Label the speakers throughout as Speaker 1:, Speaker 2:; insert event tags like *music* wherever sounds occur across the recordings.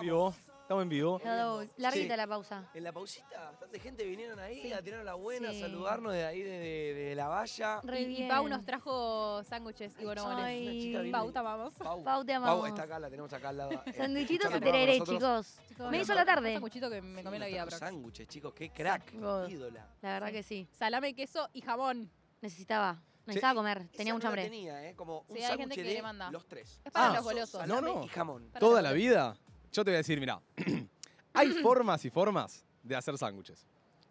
Speaker 1: vivo, estamos en vivo.
Speaker 2: Hello. Larguita
Speaker 3: Sí.
Speaker 2: la pausa.
Speaker 3: En la pausita, bastante gente vinieron ahí,
Speaker 4: Sí.
Speaker 3: a tirarnos la buena,
Speaker 2: Sí.
Speaker 3: a saludarnos de ahí, desde desde la valla.
Speaker 2: Re
Speaker 4: y, y
Speaker 2: bien.
Speaker 4: Pau nos trajo sándwiches y bonobones.
Speaker 2: Ay.
Speaker 3: Una chica bien-
Speaker 4: Pau, te amamos.
Speaker 3: Pau.
Speaker 2: Pau, te
Speaker 3: Pau
Speaker 2: amamos.
Speaker 3: está acá, la tenemos acá al
Speaker 4: *laughs*
Speaker 3: lado. eh, escuchando
Speaker 2: Sanduichitos y
Speaker 3: el programa con
Speaker 2: tereré,
Speaker 3: nosotros.
Speaker 2: chicos.
Speaker 4: Chicos,
Speaker 2: Me hizo la tarde.
Speaker 4: Un sanguchito que me comí en la vida,
Speaker 3: Nos trajo
Speaker 4: bro.
Speaker 3: Sándwiches, chicos, qué crack,
Speaker 2: God.
Speaker 3: ídola.
Speaker 2: La verdad
Speaker 4: Sí.
Speaker 2: que sí.
Speaker 4: Salame, queso y jamón.
Speaker 2: Necesitaba. Necesitaba comer. Tenía
Speaker 3: Esa
Speaker 2: mucha
Speaker 3: no la
Speaker 2: hambre.
Speaker 3: tenía, ¿eh? Como un
Speaker 4: Sí, hay
Speaker 3: sándwich
Speaker 4: gente que
Speaker 3: de
Speaker 4: le manda.
Speaker 3: los tres.
Speaker 4: Es para
Speaker 1: Ah,
Speaker 4: los golosos.
Speaker 3: Salame
Speaker 1: No, no.
Speaker 3: y jamón.
Speaker 4: Para
Speaker 1: Toda
Speaker 4: los
Speaker 1: la
Speaker 4: golosos.
Speaker 1: vida, yo te voy a decir, mira, *clears throat* hay formas y formas de hacer sándwiches.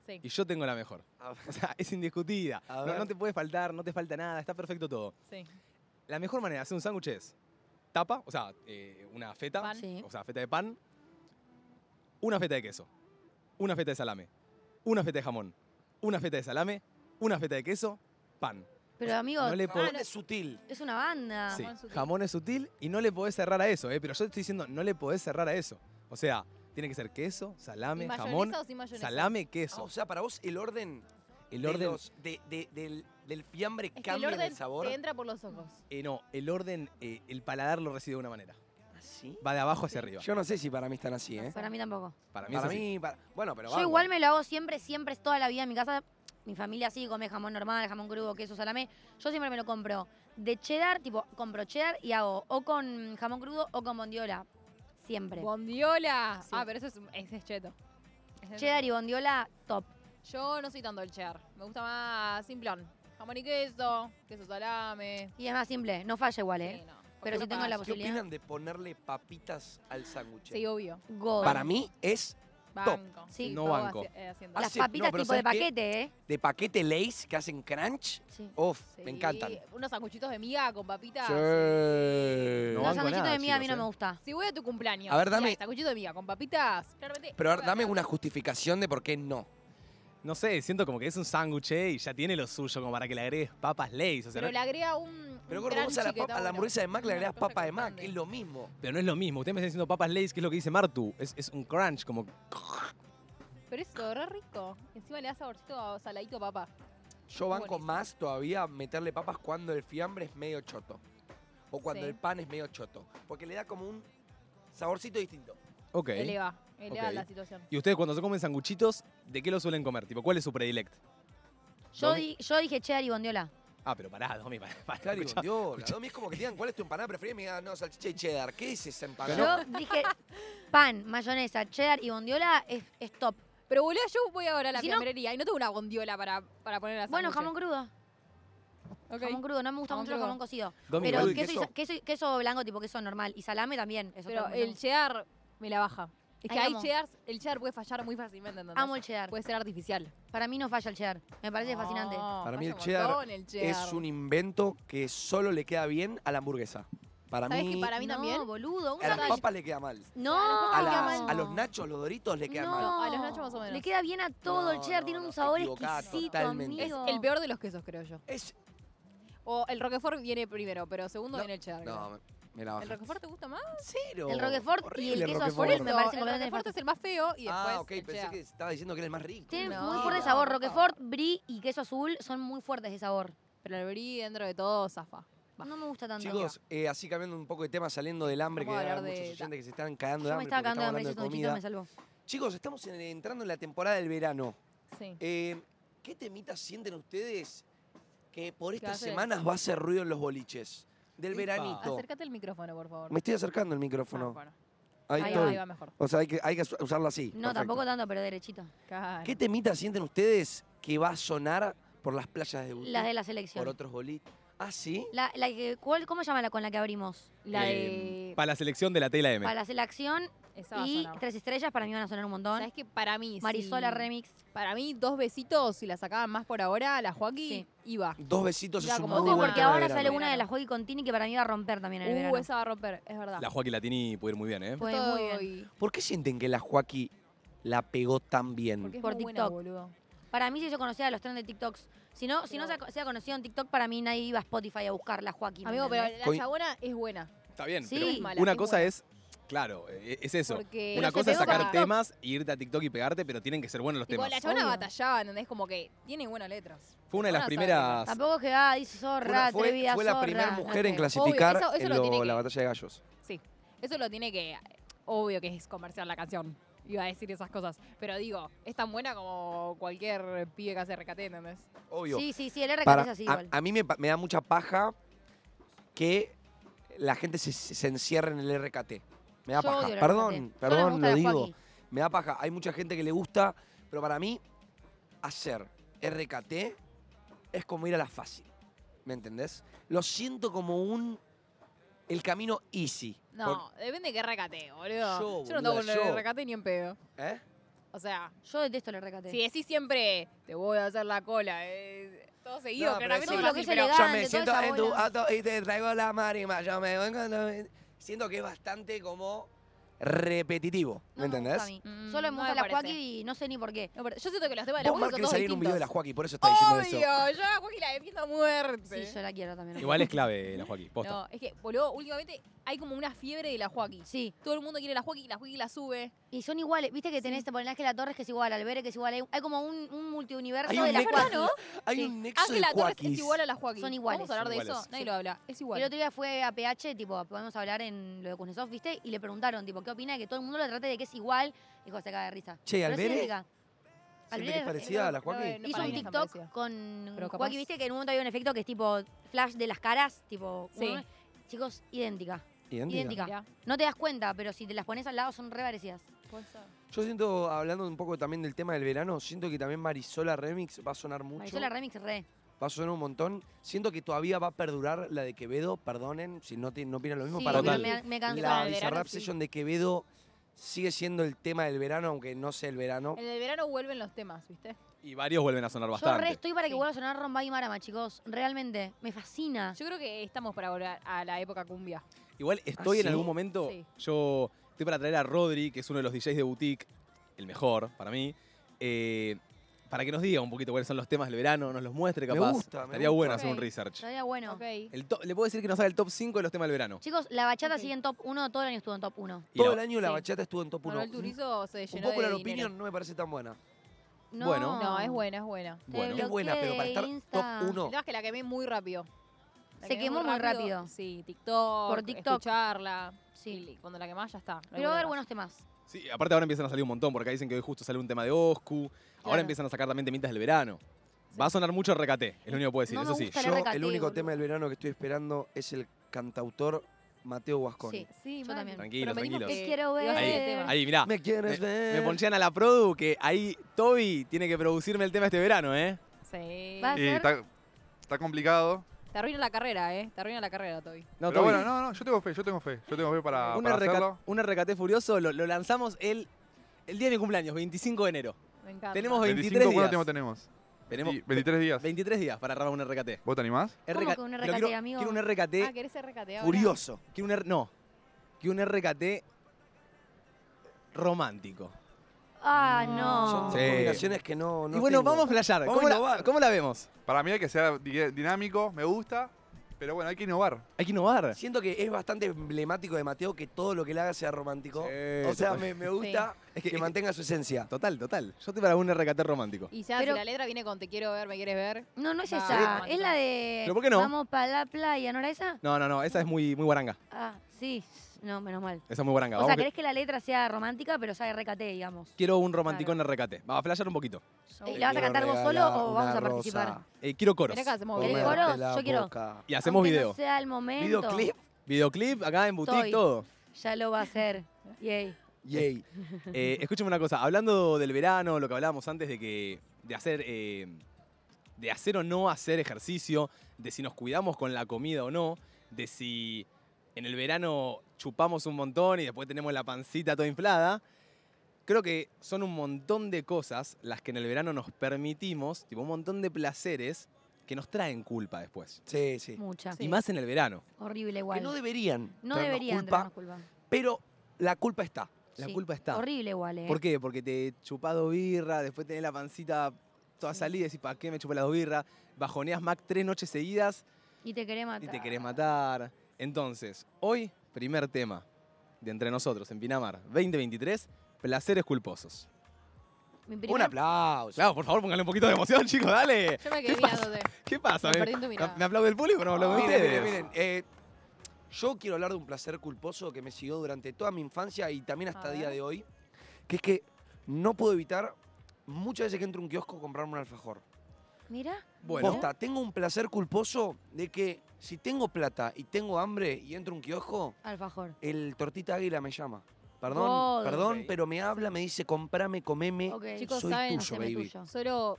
Speaker 4: Sí,
Speaker 1: Y yo tengo la mejor.
Speaker 3: A
Speaker 1: O
Speaker 3: ver,
Speaker 1: sea, es indiscutida.
Speaker 3: A
Speaker 1: No,
Speaker 3: ver.
Speaker 1: no te puede faltar, no te falta nada, está perfecto todo.
Speaker 4: sí.
Speaker 1: La mejor manera de hacer un sándwich es tapa, o sea, eh, una feta,
Speaker 4: Pan.
Speaker 2: Sí.
Speaker 1: o sea, feta de pan, una feta de queso, una feta de salame, una feta de jamón, una feta de salame, una feta de queso, pan.
Speaker 2: Pero amigos,
Speaker 1: No le
Speaker 3: jamón
Speaker 1: podés-
Speaker 3: es sutil.
Speaker 2: es una banda.
Speaker 1: Sí,
Speaker 4: jamón sutil.
Speaker 1: jamón es sutil y no le podés cerrar a eso, ¿eh? pero yo te estoy diciendo, no le podés cerrar a eso. O sea, tiene que ser queso, salame,
Speaker 4: ¿Y mayonesa
Speaker 1: jamón,
Speaker 4: o sin mayonesa? Oh,
Speaker 1: salame,
Speaker 3: Ah,
Speaker 1: queso.
Speaker 3: o sea, para vos el orden,
Speaker 1: El
Speaker 3: de
Speaker 1: orden,
Speaker 3: los- de- de- del, del fiambre
Speaker 4: Es que el
Speaker 3: cambia en
Speaker 4: orden
Speaker 3: el sabor.
Speaker 4: te entra por los ojos.
Speaker 1: eh, no, el orden, eh, el paladar lo recibe de una manera.
Speaker 3: ¿Así?
Speaker 1: Va de abajo hacia arriba.
Speaker 3: ¿Ah, Yo no sé si para mí están así, ¿eh?
Speaker 2: Para mí tampoco.
Speaker 1: Para mí,
Speaker 3: Para
Speaker 1: es así.
Speaker 3: mí, para- bueno, pero
Speaker 2: Yo
Speaker 3: vamos.
Speaker 2: igual me lo hago siempre, siempre, es toda la vida en mi casa. Mi familia sí come jamón normal, jamón crudo, queso, salame. Yo siempre me lo compro de cheddar, tipo, compro cheddar y hago o con jamón crudo o con bondiola. Siempre.
Speaker 4: Bondiola.
Speaker 2: Sí.
Speaker 4: Ah, pero ese es, ese es cheto. Ese es-
Speaker 2: Cheddar y bondiola, top.
Speaker 4: Yo no soy tanto del cheddar. Me gusta más simplón. Jamón y queso, queso salame.
Speaker 2: Y es más simple, no falla igual,
Speaker 4: Sí,
Speaker 2: ¿eh?
Speaker 4: no. Porque
Speaker 2: Pero si
Speaker 4: no
Speaker 2: tengo la
Speaker 4: falla.
Speaker 3: ¿Qué
Speaker 2: posibilidad.
Speaker 3: opinan de ponerle papitas al sándwich?
Speaker 4: Sí, obvio.
Speaker 2: God.
Speaker 3: Para mí es
Speaker 4: Banco.
Speaker 2: Sí.
Speaker 1: No
Speaker 4: Pau
Speaker 1: banco.
Speaker 4: haci- eh, haciendo.
Speaker 2: Las
Speaker 3: Hace-
Speaker 2: papitas
Speaker 3: no, pero
Speaker 2: tipo de
Speaker 3: ¿sabes qué?
Speaker 2: paquete, ¿eh?
Speaker 3: de paquete Lays que hacen crunch.
Speaker 2: Sí.
Speaker 3: Uf,
Speaker 4: Sí,
Speaker 3: me encantan.
Speaker 4: Unos sanguchitos de miga con papitas.
Speaker 1: No
Speaker 2: Los
Speaker 1: banco
Speaker 2: sanguchitos
Speaker 1: nada,
Speaker 2: de miga a mí
Speaker 1: chicos,
Speaker 2: no me
Speaker 1: ¿eh?
Speaker 2: gusta.
Speaker 4: Si voy a tu cumpleaños.
Speaker 3: A ver,
Speaker 4: y hay
Speaker 3: dame-
Speaker 4: sanguchito de miga con papitas. Claramente.
Speaker 3: Pero ahora dame una justificación de por qué no.
Speaker 1: No sé, siento como que es un sándwich eh, y ya tiene lo suyo, como para que le agregues papas Lay's. O sea, no-
Speaker 4: Pero le agrega un.
Speaker 3: Pero
Speaker 4: un
Speaker 3: gordo, vos a la,
Speaker 4: crunchy
Speaker 3: papa-
Speaker 4: que está
Speaker 3: a la
Speaker 4: bueno.
Speaker 3: hamburguesa de Mac le
Speaker 4: Una
Speaker 3: agregás
Speaker 4: cosa
Speaker 3: papa de Mac,
Speaker 4: crocante.
Speaker 3: es lo mismo.
Speaker 1: pero no es lo mismo. Ustedes me están diciendo papas Lay's, que es lo que dice Martu. Es, es un crunch, como...
Speaker 4: Pero eso, re rico. Encima le da saborcito a saladito a papa.
Speaker 3: Yo banco
Speaker 4: Buenísimo.
Speaker 3: más todavía meterle papas cuando el fiambre es medio choto. O cuando
Speaker 4: Sí.
Speaker 3: el pan es medio choto. Porque le da como un saborcito distinto.
Speaker 1: Ok.
Speaker 4: Eleva. Eleva
Speaker 1: Ok.
Speaker 4: la situación.
Speaker 1: Y ustedes cuando se comen sanguchitos, ¿de qué lo suelen comer? Tipo, ¿cuál es su predilect?
Speaker 2: Yo,
Speaker 1: ¿Domi?
Speaker 2: di- yo dije cheddar y bondiola.
Speaker 1: Ah, pero pará, Domi, pará. pará,
Speaker 3: Claro,
Speaker 1: escuchá.
Speaker 3: Dios, la Domi es como que digan cuál es tu empanada preferida y me digan, no, salchicha y cheddar. ¿Qué es esa empanada?
Speaker 2: Yo *laughs* dije pan, mayonesa, cheddar y bondiola es, es top.
Speaker 4: Pero boludo, yo voy ahora a la
Speaker 2: Si no-
Speaker 4: fiambrería y no tengo una gondiola para, para poner la
Speaker 2: Bueno, jamón crudo.
Speaker 4: Ok.
Speaker 2: Jamón crudo, no me gusta
Speaker 4: Jamón
Speaker 2: mucho el
Speaker 4: crudo.
Speaker 2: jamón cocido.
Speaker 1: Domi,
Speaker 2: Pero
Speaker 1: boludo,
Speaker 3: y
Speaker 2: queso, y sa-
Speaker 3: queso.
Speaker 2: queso y- queso blanco, tipo queso normal. Y salame también. es
Speaker 4: Pero
Speaker 2: otra cosa.
Speaker 4: el cheddar me la baja. Es que
Speaker 2: Ay,
Speaker 4: hay
Speaker 2: amo.
Speaker 4: cheddar, el cheddar puede fallar muy fácilmente, ¿entendés?
Speaker 2: Amo el cheddar.
Speaker 4: Puede ser artificial.
Speaker 2: Para mí no falla el cheddar. Me
Speaker 4: Ah.
Speaker 2: parece fascinante.
Speaker 3: Para mí el
Speaker 4: falla un
Speaker 3: cheddar
Speaker 4: montón el cheddar.
Speaker 3: Es un invento que solo le queda bien a la hamburguesa. Para
Speaker 4: ¿Sabés
Speaker 3: mí,
Speaker 4: que para mí
Speaker 2: no,
Speaker 4: también?
Speaker 2: boludo. Un
Speaker 3: a las
Speaker 2: sándwich-
Speaker 3: papas le queda mal.
Speaker 2: No,
Speaker 3: A,
Speaker 4: le queda
Speaker 3: las-
Speaker 4: mal.
Speaker 3: a los nachos, los doritos le quedan mal.
Speaker 2: No,
Speaker 4: A los nachos más o menos.
Speaker 2: Le queda bien a todo el
Speaker 3: No,
Speaker 2: cheddar.
Speaker 3: no,
Speaker 2: tiene
Speaker 3: no,
Speaker 2: un
Speaker 3: te
Speaker 2: sabor
Speaker 3: equivocás
Speaker 2: exquisito,
Speaker 3: totalmente.
Speaker 4: Es
Speaker 2: amigo.
Speaker 4: el peor de los quesos, creo yo.
Speaker 3: Es.
Speaker 4: O el Roquefort viene primero, pero segundo viene el
Speaker 3: No,
Speaker 4: cheddar. creo.
Speaker 3: me, me la
Speaker 4: ¿El
Speaker 3: bajé.
Speaker 4: Roquefort te gusta más?
Speaker 3: Cero.
Speaker 2: El Roquefort y
Speaker 3: Horrible
Speaker 2: el queso
Speaker 4: Por
Speaker 2: Roquefort
Speaker 4: eso,
Speaker 3: Roquefort.
Speaker 2: me parece
Speaker 4: el
Speaker 2: completamente
Speaker 4: Roquefort es el más feo y después
Speaker 3: Ah, ok,
Speaker 4: el
Speaker 3: pensé
Speaker 4: cheddar.
Speaker 3: que estaba diciendo que era el más rico.
Speaker 2: Tiene
Speaker 4: No.
Speaker 2: muy fuerte sabor. Roquefort, brie y queso azul son muy fuertes de sabor.
Speaker 4: Pero el brie dentro de todo zafa. Va.
Speaker 2: No me gusta tanto.
Speaker 3: Chicos, eh, así cambiando un poco de tema, saliendo del hambre, que
Speaker 4: Vamos a
Speaker 3: hay
Speaker 4: hablar de-
Speaker 3: muchos oyentes que se están cagando de
Speaker 2: yo me
Speaker 3: hambre.
Speaker 2: estaba
Speaker 3: porque
Speaker 2: cagando de hambre, ese
Speaker 3: estamos hablando
Speaker 2: sanguchito me
Speaker 3: comida.
Speaker 2: salvó.
Speaker 3: Chicos, estamos en- entrando en la temporada del verano.
Speaker 4: Sí.
Speaker 3: Eh, ¿Qué temitas sienten ustedes que por estas
Speaker 4: hace?
Speaker 3: semanas va a hacer ruido en los boliches? Del
Speaker 1: Epa.
Speaker 3: veranito.
Speaker 4: Acércate al micrófono, por favor.
Speaker 3: Me estoy acercando el
Speaker 4: Ah,
Speaker 3: micrófono.
Speaker 4: bueno.
Speaker 3: Ahí,
Speaker 4: Ahí va,
Speaker 3: estoy.
Speaker 4: ahí va mejor.
Speaker 3: O sea, hay que, hay que usarlo así.
Speaker 2: No,
Speaker 3: Perfecto.
Speaker 2: tampoco tanto, pero derechito.
Speaker 4: Claro.
Speaker 3: ¿Qué temita sienten ustedes que va a sonar por las playas de Butú?
Speaker 2: Las de la
Speaker 3: Por
Speaker 2: selección.
Speaker 3: otros boliches. Ah, ¿sí?
Speaker 2: La, la que, ¿cuál, ¿Cómo se llama la con la que abrimos?
Speaker 4: La
Speaker 1: Eh,
Speaker 4: de...
Speaker 1: Para la selección de la tela M.
Speaker 2: Para la selección
Speaker 4: Esa va a
Speaker 2: y
Speaker 4: sonar.
Speaker 2: Tres Estrellas para mí van a sonar un montón.
Speaker 4: ¿Sabes que para mí? si-
Speaker 2: Marisola Remix.
Speaker 4: Para mí, dos besitos, si la sacaban más por ahora, la Joaquín
Speaker 2: Sí.
Speaker 4: iba.
Speaker 3: Dos besitos
Speaker 4: Ya,
Speaker 3: es un
Speaker 4: como
Speaker 3: muy
Speaker 2: Ojo porque
Speaker 4: bueno,
Speaker 3: buen tema de
Speaker 2: ahora
Speaker 3: verano.
Speaker 2: sale una de las Joy con Tini que para mí va a romper también en el
Speaker 4: Uh,
Speaker 2: verano.
Speaker 4: esa va a romper, es verdad.
Speaker 1: La Joaquín Latini puede ir muy bien, ¿eh?
Speaker 4: Pues,
Speaker 2: Fue muy bien.
Speaker 3: ¿Por qué sienten que la Joaquí la pegó tan bien?
Speaker 4: Porque es
Speaker 2: Por
Speaker 4: muy buena,
Speaker 2: TikTok.
Speaker 4: boludo.
Speaker 2: Para mí si yo conocía los trenes de TikToks. Si no, si no se
Speaker 4: Pero-
Speaker 2: ha- se ha conocido en TikTok, para mí nadie iba a Spotify a buscar la Joaquín.
Speaker 4: Amigo, pero
Speaker 2: ¿entendés?
Speaker 4: la
Speaker 3: Coi-
Speaker 4: chabona es buena.
Speaker 1: Está bien,
Speaker 2: Sí.
Speaker 1: pero
Speaker 2: Es
Speaker 4: mala,
Speaker 1: una
Speaker 4: es
Speaker 1: cosa
Speaker 4: buena.
Speaker 1: es... Claro, e- es eso.
Speaker 4: Porque
Speaker 1: Una
Speaker 2: se
Speaker 1: cosa es
Speaker 2: pegó
Speaker 1: sacar
Speaker 2: para-
Speaker 1: temas, e irte a TikTok y pegarte, pero tienen que ser buenos los
Speaker 4: Tipo,
Speaker 1: temas.
Speaker 4: la chabona
Speaker 2: Obvio.
Speaker 4: batallaba, ¿entendés? Como que tiene buenas letras.
Speaker 1: Fue una de las
Speaker 4: Ahora sabe
Speaker 1: primeras...
Speaker 2: Tampoco es que, ah, dice zorra,
Speaker 3: Fue- fue,
Speaker 2: atrevida
Speaker 3: fue la
Speaker 2: zorra.
Speaker 3: primera
Speaker 2: No
Speaker 3: mujer en
Speaker 2: sé.
Speaker 3: clasificar
Speaker 4: Obvio, eso- eso
Speaker 3: en
Speaker 4: lo
Speaker 3: lo-
Speaker 4: tiene que-
Speaker 3: la batalla de gallos.
Speaker 4: Eso lo tiene que... obvio que es comercial la canción. Iba a decir esas cosas. Pero digo, es tan buena como cualquier pibe que hace recate, ¿entendés?
Speaker 3: Obvio.
Speaker 2: Sí, sí, sí, el RK
Speaker 3: Para-
Speaker 2: es así
Speaker 3: a-
Speaker 2: igual.
Speaker 3: A, mí me, pa- me da mucha paja que la gente se, se encierre en el RKT. Me da
Speaker 2: Yo
Speaker 3: paja.
Speaker 2: odio el
Speaker 3: perdón,
Speaker 2: RKT. Yo no me
Speaker 3: perdón, lo
Speaker 2: gusta de
Speaker 3: digo.
Speaker 2: Joaquín.
Speaker 3: Me da paja. Hay mucha gente que le gusta, pero para mí, hacer RKT es como ir a la fácil. ¿Me entendés? Lo siento como un. el camino easy.
Speaker 4: No, depende de qué recate, boludo.
Speaker 3: Yo,
Speaker 4: no toco
Speaker 3: boluda,
Speaker 4: el
Speaker 3: yo.
Speaker 4: recate ni en pedo.
Speaker 3: Por- ¿eh?
Speaker 4: O sea,
Speaker 2: Yo detesto el RKT.
Speaker 4: si decís siempre, te voy a hacer la cola, eh, todo seguido,
Speaker 3: No, pero eso-
Speaker 4: claramente es
Speaker 2: Todo lo que
Speaker 4: fácil,
Speaker 2: es
Speaker 4: pero-
Speaker 2: elegante.
Speaker 3: Yo me
Speaker 2: toda
Speaker 3: siento
Speaker 2: esa
Speaker 3: en tu
Speaker 2: bola.
Speaker 3: auto y te traigo la marima. Yo me voy cuando- Siento que es bastante como repetitivo.
Speaker 2: No
Speaker 3: ¿Me
Speaker 2: gusta
Speaker 3: entendés?
Speaker 2: a mí.
Speaker 4: Mm,
Speaker 2: Solo me
Speaker 4: no
Speaker 2: gusta la
Speaker 4: parece.
Speaker 2: Joaquín y no sé ni por qué.
Speaker 4: No, pero yo siento que los temas de la
Speaker 3: Vos,
Speaker 4: Joaquín
Speaker 3: Mark,
Speaker 4: son
Speaker 3: querés
Speaker 4: todos
Speaker 3: salir en un video de la
Speaker 4: distintos.
Speaker 3: Joaquín, por eso está diciendo
Speaker 4: Obvio,
Speaker 3: eso.
Speaker 4: yo a Joaquín la defiendo a muerte.
Speaker 2: Sí, yo la quiero también.
Speaker 1: Igual es clave la Joaquín, posta.
Speaker 4: no, es que, boludo, últimamente hay como una fiebre de la Joaquín.
Speaker 2: Sí,
Speaker 4: Todo el mundo quiere la Joaquín y la Joaquín la sube.
Speaker 2: y son iguales. Viste que
Speaker 4: Sí.
Speaker 2: tenés, ponés que la Torres que es igual, Albere que es igual. Hay, hay como un, un multiuniverso
Speaker 3: Hay un
Speaker 2: de las
Speaker 3: nexo.
Speaker 2: Joaquín.
Speaker 4: ¿no?
Speaker 3: Hay
Speaker 2: Sí.
Speaker 3: un nexo
Speaker 4: Ángela
Speaker 3: de
Speaker 4: Torres es
Speaker 3: cuaquis.
Speaker 4: igual a la Joaquín.
Speaker 2: Son iguales,
Speaker 4: Vamos a hablar
Speaker 1: son
Speaker 4: de eso.
Speaker 1: iguales.
Speaker 4: Nadie
Speaker 2: Sí.
Speaker 4: lo habla. Es igual.
Speaker 2: El otro día fue a PH, tipo, podemos hablar en lo de Kuznetsov, ¿viste? Y le preguntaron, tipo, ¿qué opina de que todo el mundo lo trate de que es igual? Dijo, se caga de risa.
Speaker 3: Che,
Speaker 2: Pero es
Speaker 3: Albere,
Speaker 2: idéntica.
Speaker 3: Siempre
Speaker 2: Albere
Speaker 3: que es
Speaker 2: es-
Speaker 3: parecida a la
Speaker 4: no, no,
Speaker 3: Joaquín.
Speaker 4: no,
Speaker 2: Hizo
Speaker 4: para
Speaker 2: un
Speaker 4: mí no es tan
Speaker 2: TikTok
Speaker 4: parecida.
Speaker 2: con
Speaker 4: Pero capaz-
Speaker 2: Joaquín, ¿viste? Que en un momento había un efecto que es tipo flash de las caras, tipo,
Speaker 4: Sí.
Speaker 2: uno- chicos, idéntica.
Speaker 3: Idéntica.
Speaker 2: idéntica.
Speaker 4: Mirá,
Speaker 2: No te das cuenta, pero si te las pones al lado son re parecidas.
Speaker 4: puede ser.
Speaker 3: Yo siento, hablando un poco también del tema del verano, siento que también Marisola Remix va a sonar mucho.
Speaker 2: Marisola Remix re.
Speaker 3: Va a sonar un montón. Siento que todavía va a perdurar la de Quevedo, perdonen si no, te- no opinan lo mismo.
Speaker 2: Sí,
Speaker 3: para
Speaker 2: pero
Speaker 1: total.
Speaker 3: mí,
Speaker 2: me, me cansó.
Speaker 3: la
Speaker 4: El verano,
Speaker 3: Bizarrap
Speaker 4: sí.
Speaker 3: Session de Quevedo sigue siendo el tema del verano, aunque no sea el verano.
Speaker 4: En el verano vuelven los temas, ¿viste?
Speaker 1: Y varios vuelven a sonar
Speaker 2: Yo re
Speaker 1: bastante.
Speaker 2: estoy para que
Speaker 4: Sí.
Speaker 2: vuelva a sonar Romba y Marama, chicos. Realmente. Me fascina.
Speaker 4: Yo creo que estamos para volver a la época cumbia.
Speaker 1: Igual estoy
Speaker 3: ¿Ah, ¿sí?
Speaker 1: en algún momento,
Speaker 4: Sí.
Speaker 1: yo estoy para traer a Rodri, que es uno de los DJs de boutique, el mejor para mí, eh, para que nos diga un poquito cuáles son los temas del verano, nos los muestre
Speaker 3: Me
Speaker 1: capaz.
Speaker 3: gusta, me
Speaker 1: Estaría
Speaker 3: gusta.
Speaker 1: bueno hacer
Speaker 4: Ok.
Speaker 1: un research.
Speaker 2: Estaría bueno.
Speaker 4: Ok.
Speaker 1: El top- le puedo decir que nos haga el top 5 de los temas del verano.
Speaker 2: Chicos, la bachata
Speaker 4: Ok.
Speaker 2: sigue en top 1, todo el año estuvo en top 1.
Speaker 1: Y
Speaker 3: Todo el
Speaker 1: la-
Speaker 3: año la
Speaker 4: Sí.
Speaker 3: bachata estuvo en top 1.
Speaker 4: Manuel Turizo se
Speaker 3: Un
Speaker 4: llenó
Speaker 3: poco
Speaker 4: de
Speaker 3: la
Speaker 4: dinero.
Speaker 3: opinión no me parece tan buena.
Speaker 2: No,
Speaker 1: Bueno.
Speaker 4: No, es buena, es buena.
Speaker 2: Te
Speaker 1: Bueno.
Speaker 2: bloqueé
Speaker 3: Es buena, pero para
Speaker 2: de
Speaker 3: estar
Speaker 2: Insta.
Speaker 3: top
Speaker 4: El
Speaker 3: 1.
Speaker 4: tema es que la quemé muy rápido. La
Speaker 2: Se
Speaker 4: quemé
Speaker 2: quemó muy rápido.
Speaker 4: Sí, TikTok.
Speaker 2: Por TikTok.
Speaker 4: Escucharla.
Speaker 2: Sí.
Speaker 4: Y cuando la quemás ya está. no hay
Speaker 2: Pero va a haber
Speaker 4: vuelta
Speaker 2: buenos temas.
Speaker 1: Sí, aparte ahora empiezan a salir un montón, porque ahí dicen que hoy justo sale un tema de Oscu.
Speaker 2: Claro.
Speaker 1: Ahora empiezan a sacar también temitas del verano. Va a sonar mucho recate, es lo único que puedo decir,
Speaker 2: No me
Speaker 1: eso sí.
Speaker 2: gusta. Para
Speaker 3: Yo,
Speaker 2: recate,
Speaker 3: el único
Speaker 2: boludo.
Speaker 3: tema del verano que estoy esperando es el cantautor Mateo Guascón.
Speaker 2: Sí.
Speaker 4: atrás. Sí,
Speaker 2: Yo
Speaker 4: mal.
Speaker 2: también.
Speaker 1: Tranquilos,
Speaker 4: Pero me dijo
Speaker 1: tranquilos.
Speaker 4: que
Speaker 2: Te quiero
Speaker 4: iba a ser
Speaker 1: ver.
Speaker 4: ese tema.
Speaker 1: Ahí, mirá,
Speaker 3: ¿Me quieres ver?
Speaker 1: Ah, me ponchean a la Produ que ahí Toby tiene que producirme el tema este verano, ¿eh?
Speaker 4: Sí.
Speaker 2: Vas.
Speaker 5: Y
Speaker 2: hacer?
Speaker 5: está, está complicado.
Speaker 4: Te arruina la carrera, ¿eh? Te arruina la carrera, Toby.
Speaker 1: No,
Speaker 5: pero
Speaker 1: Toby.
Speaker 5: bueno, no, no, yo tengo fe, yo tengo fe. Yo tengo fe para,
Speaker 1: un,
Speaker 5: para
Speaker 1: reca-
Speaker 5: hacerlo.
Speaker 1: un recate furioso lo, lo lanzamos el, el día de mi cumpleaños, 25 de enero.
Speaker 4: Me encanta.
Speaker 1: Tenemos 23
Speaker 5: 25, ¿cuánto
Speaker 1: días.
Speaker 5: tiempo tenemos?
Speaker 1: Tenemos
Speaker 5: Sí, 23 días.
Speaker 1: 23 días para armar un RKT.
Speaker 5: ¿Vos te animás?
Speaker 2: ¿Cómo
Speaker 1: RK
Speaker 2: que un
Speaker 1: pero
Speaker 2: RKT,
Speaker 1: quiero,
Speaker 2: amigo?
Speaker 1: Quiero un RKT,
Speaker 4: Ah, ¿querés ser recateado?
Speaker 3: Furioso.
Speaker 1: quiero un R- no, quiero un RKT romántico.
Speaker 2: Ah,
Speaker 3: Son
Speaker 2: no.
Speaker 3: dos
Speaker 1: Sí.
Speaker 3: combinaciones que no, no
Speaker 1: y bueno,
Speaker 3: tengo.
Speaker 1: vamos a flashear.
Speaker 3: Vamos
Speaker 1: ¿Cómo,
Speaker 3: a
Speaker 1: la,
Speaker 3: innovar.
Speaker 1: ¿Cómo la vemos?
Speaker 5: Para mí hay que ser di- dinámico, me gusta, pero bueno, hay que innovar.
Speaker 1: Hay que innovar.
Speaker 3: Siento que es bastante emblemático de Mateo que todo lo que le haga sea romántico.
Speaker 1: Sí,
Speaker 3: o sea,
Speaker 1: total.
Speaker 3: me, me gusta
Speaker 1: Es
Speaker 3: que,
Speaker 1: que, es que-
Speaker 3: mantenga su esencia.
Speaker 1: total, total. Yo te para un RKT romántico.
Speaker 4: Y ya,
Speaker 2: Pero-
Speaker 4: si la letra viene con te quiero ver, me quieres ver.
Speaker 2: No, no es
Speaker 4: Va,
Speaker 2: esa.
Speaker 4: romántica.
Speaker 2: Es la de.
Speaker 1: ¿Pero por qué no?
Speaker 2: Vamos para la playa, ¿no era esa?
Speaker 1: No, no, no, esa es muy, muy guaranga.
Speaker 2: Ah, sí. No, menos mal.
Speaker 1: Esa es muy guaranga.
Speaker 2: O sea,
Speaker 1: Vamos que-
Speaker 2: querés que la letra sea romántica, pero sea RKT, digamos.
Speaker 1: Quiero un romanticón RKT. Va a flashear un poquito.
Speaker 2: ¿Y la vas a
Speaker 3: Quiero
Speaker 2: cantar vos solo
Speaker 3: regalar
Speaker 2: o vamos
Speaker 3: una
Speaker 2: a participar?
Speaker 3: rosa,
Speaker 1: Eh, quiero coros.
Speaker 4: Mirá que hacemos
Speaker 2: ¿Querés
Speaker 4: video.
Speaker 2: coros?
Speaker 3: comerte la
Speaker 2: Yo quiero.
Speaker 3: boca.
Speaker 1: Y hacemos
Speaker 2: Aunque
Speaker 1: video.
Speaker 2: No sea el momento.
Speaker 3: Videoclip.
Speaker 1: Videoclip acá en boutique,
Speaker 2: Estoy.
Speaker 1: todo.
Speaker 2: Ya lo va a hacer. Yay.
Speaker 3: Yay.
Speaker 1: Eh, escúchame una cosa, hablando del verano, lo que hablábamos antes de que. de hacer. eh, de hacer o no hacer ejercicio, de si nos cuidamos con la comida o no, de si en el verano chupamos un montón y después tenemos la pancita toda inflada. Creo que son un montón de cosas las que en el verano nos permitimos, tipo un montón de placeres que nos traen culpa después.
Speaker 3: Sí, sí.
Speaker 2: Mucha.
Speaker 1: Y más en el verano.
Speaker 2: Horrible
Speaker 3: Que
Speaker 2: igual.
Speaker 3: no
Speaker 2: No,
Speaker 3: deberían. traernos
Speaker 2: deberían
Speaker 3: culpa,
Speaker 2: tenernos culpa.
Speaker 3: pero la culpa está.
Speaker 1: La
Speaker 2: Sí.
Speaker 1: culpa está.
Speaker 2: Horrible igual, eh.
Speaker 1: ¿Por qué? Porque te chupado birra, después tenés la pancita toda salida y decís, ¿para qué me chupé las dos birras? Bajoneás Mac tres noches seguidas
Speaker 2: Y te querés
Speaker 1: y
Speaker 2: matar.
Speaker 1: te querés matar. Entonces, hoy, primer tema de Entre Nosotros en Pinamar 2023, placeres culposos.
Speaker 2: Mi
Speaker 3: Un
Speaker 2: primer-
Speaker 3: aplauso.
Speaker 1: Claro, por favor, pónganle un poquito de emoción, chicos, dale.
Speaker 4: Yo me quedé
Speaker 1: ¿Qué pasa?
Speaker 4: mirándote.
Speaker 1: ¿Qué pasa?
Speaker 4: Me
Speaker 1: ¿Me,
Speaker 4: perdí en tu
Speaker 1: me-
Speaker 4: mirada.
Speaker 1: me aplaude el público o no me aplaude
Speaker 3: Miren,
Speaker 1: ustedes?
Speaker 3: miren, miren. eh, Yo quiero hablar de un placer culposo que me siguió durante toda mi infancia y también
Speaker 4: A
Speaker 3: hasta día
Speaker 4: ver.
Speaker 3: de hoy, que es que no puedo evitar muchas veces que entro a un kiosco comprarme un alfajor.
Speaker 2: Mira.
Speaker 1: Bueno.
Speaker 3: Posta, tengo un placer culposo de que si tengo plata y tengo hambre y entro a un kiosco,
Speaker 2: Alfajor.
Speaker 3: el tortita águila me llama. Perdón,
Speaker 2: God.
Speaker 3: perdón,
Speaker 1: Ok.
Speaker 3: pero me habla, me dice, comprame, comeme.
Speaker 2: Ok.
Speaker 4: Chicos,
Speaker 3: soy
Speaker 4: ¿saben?
Speaker 3: Eh, tuyo,
Speaker 2: Haceme
Speaker 3: baby.
Speaker 2: tuyo.
Speaker 4: Solo.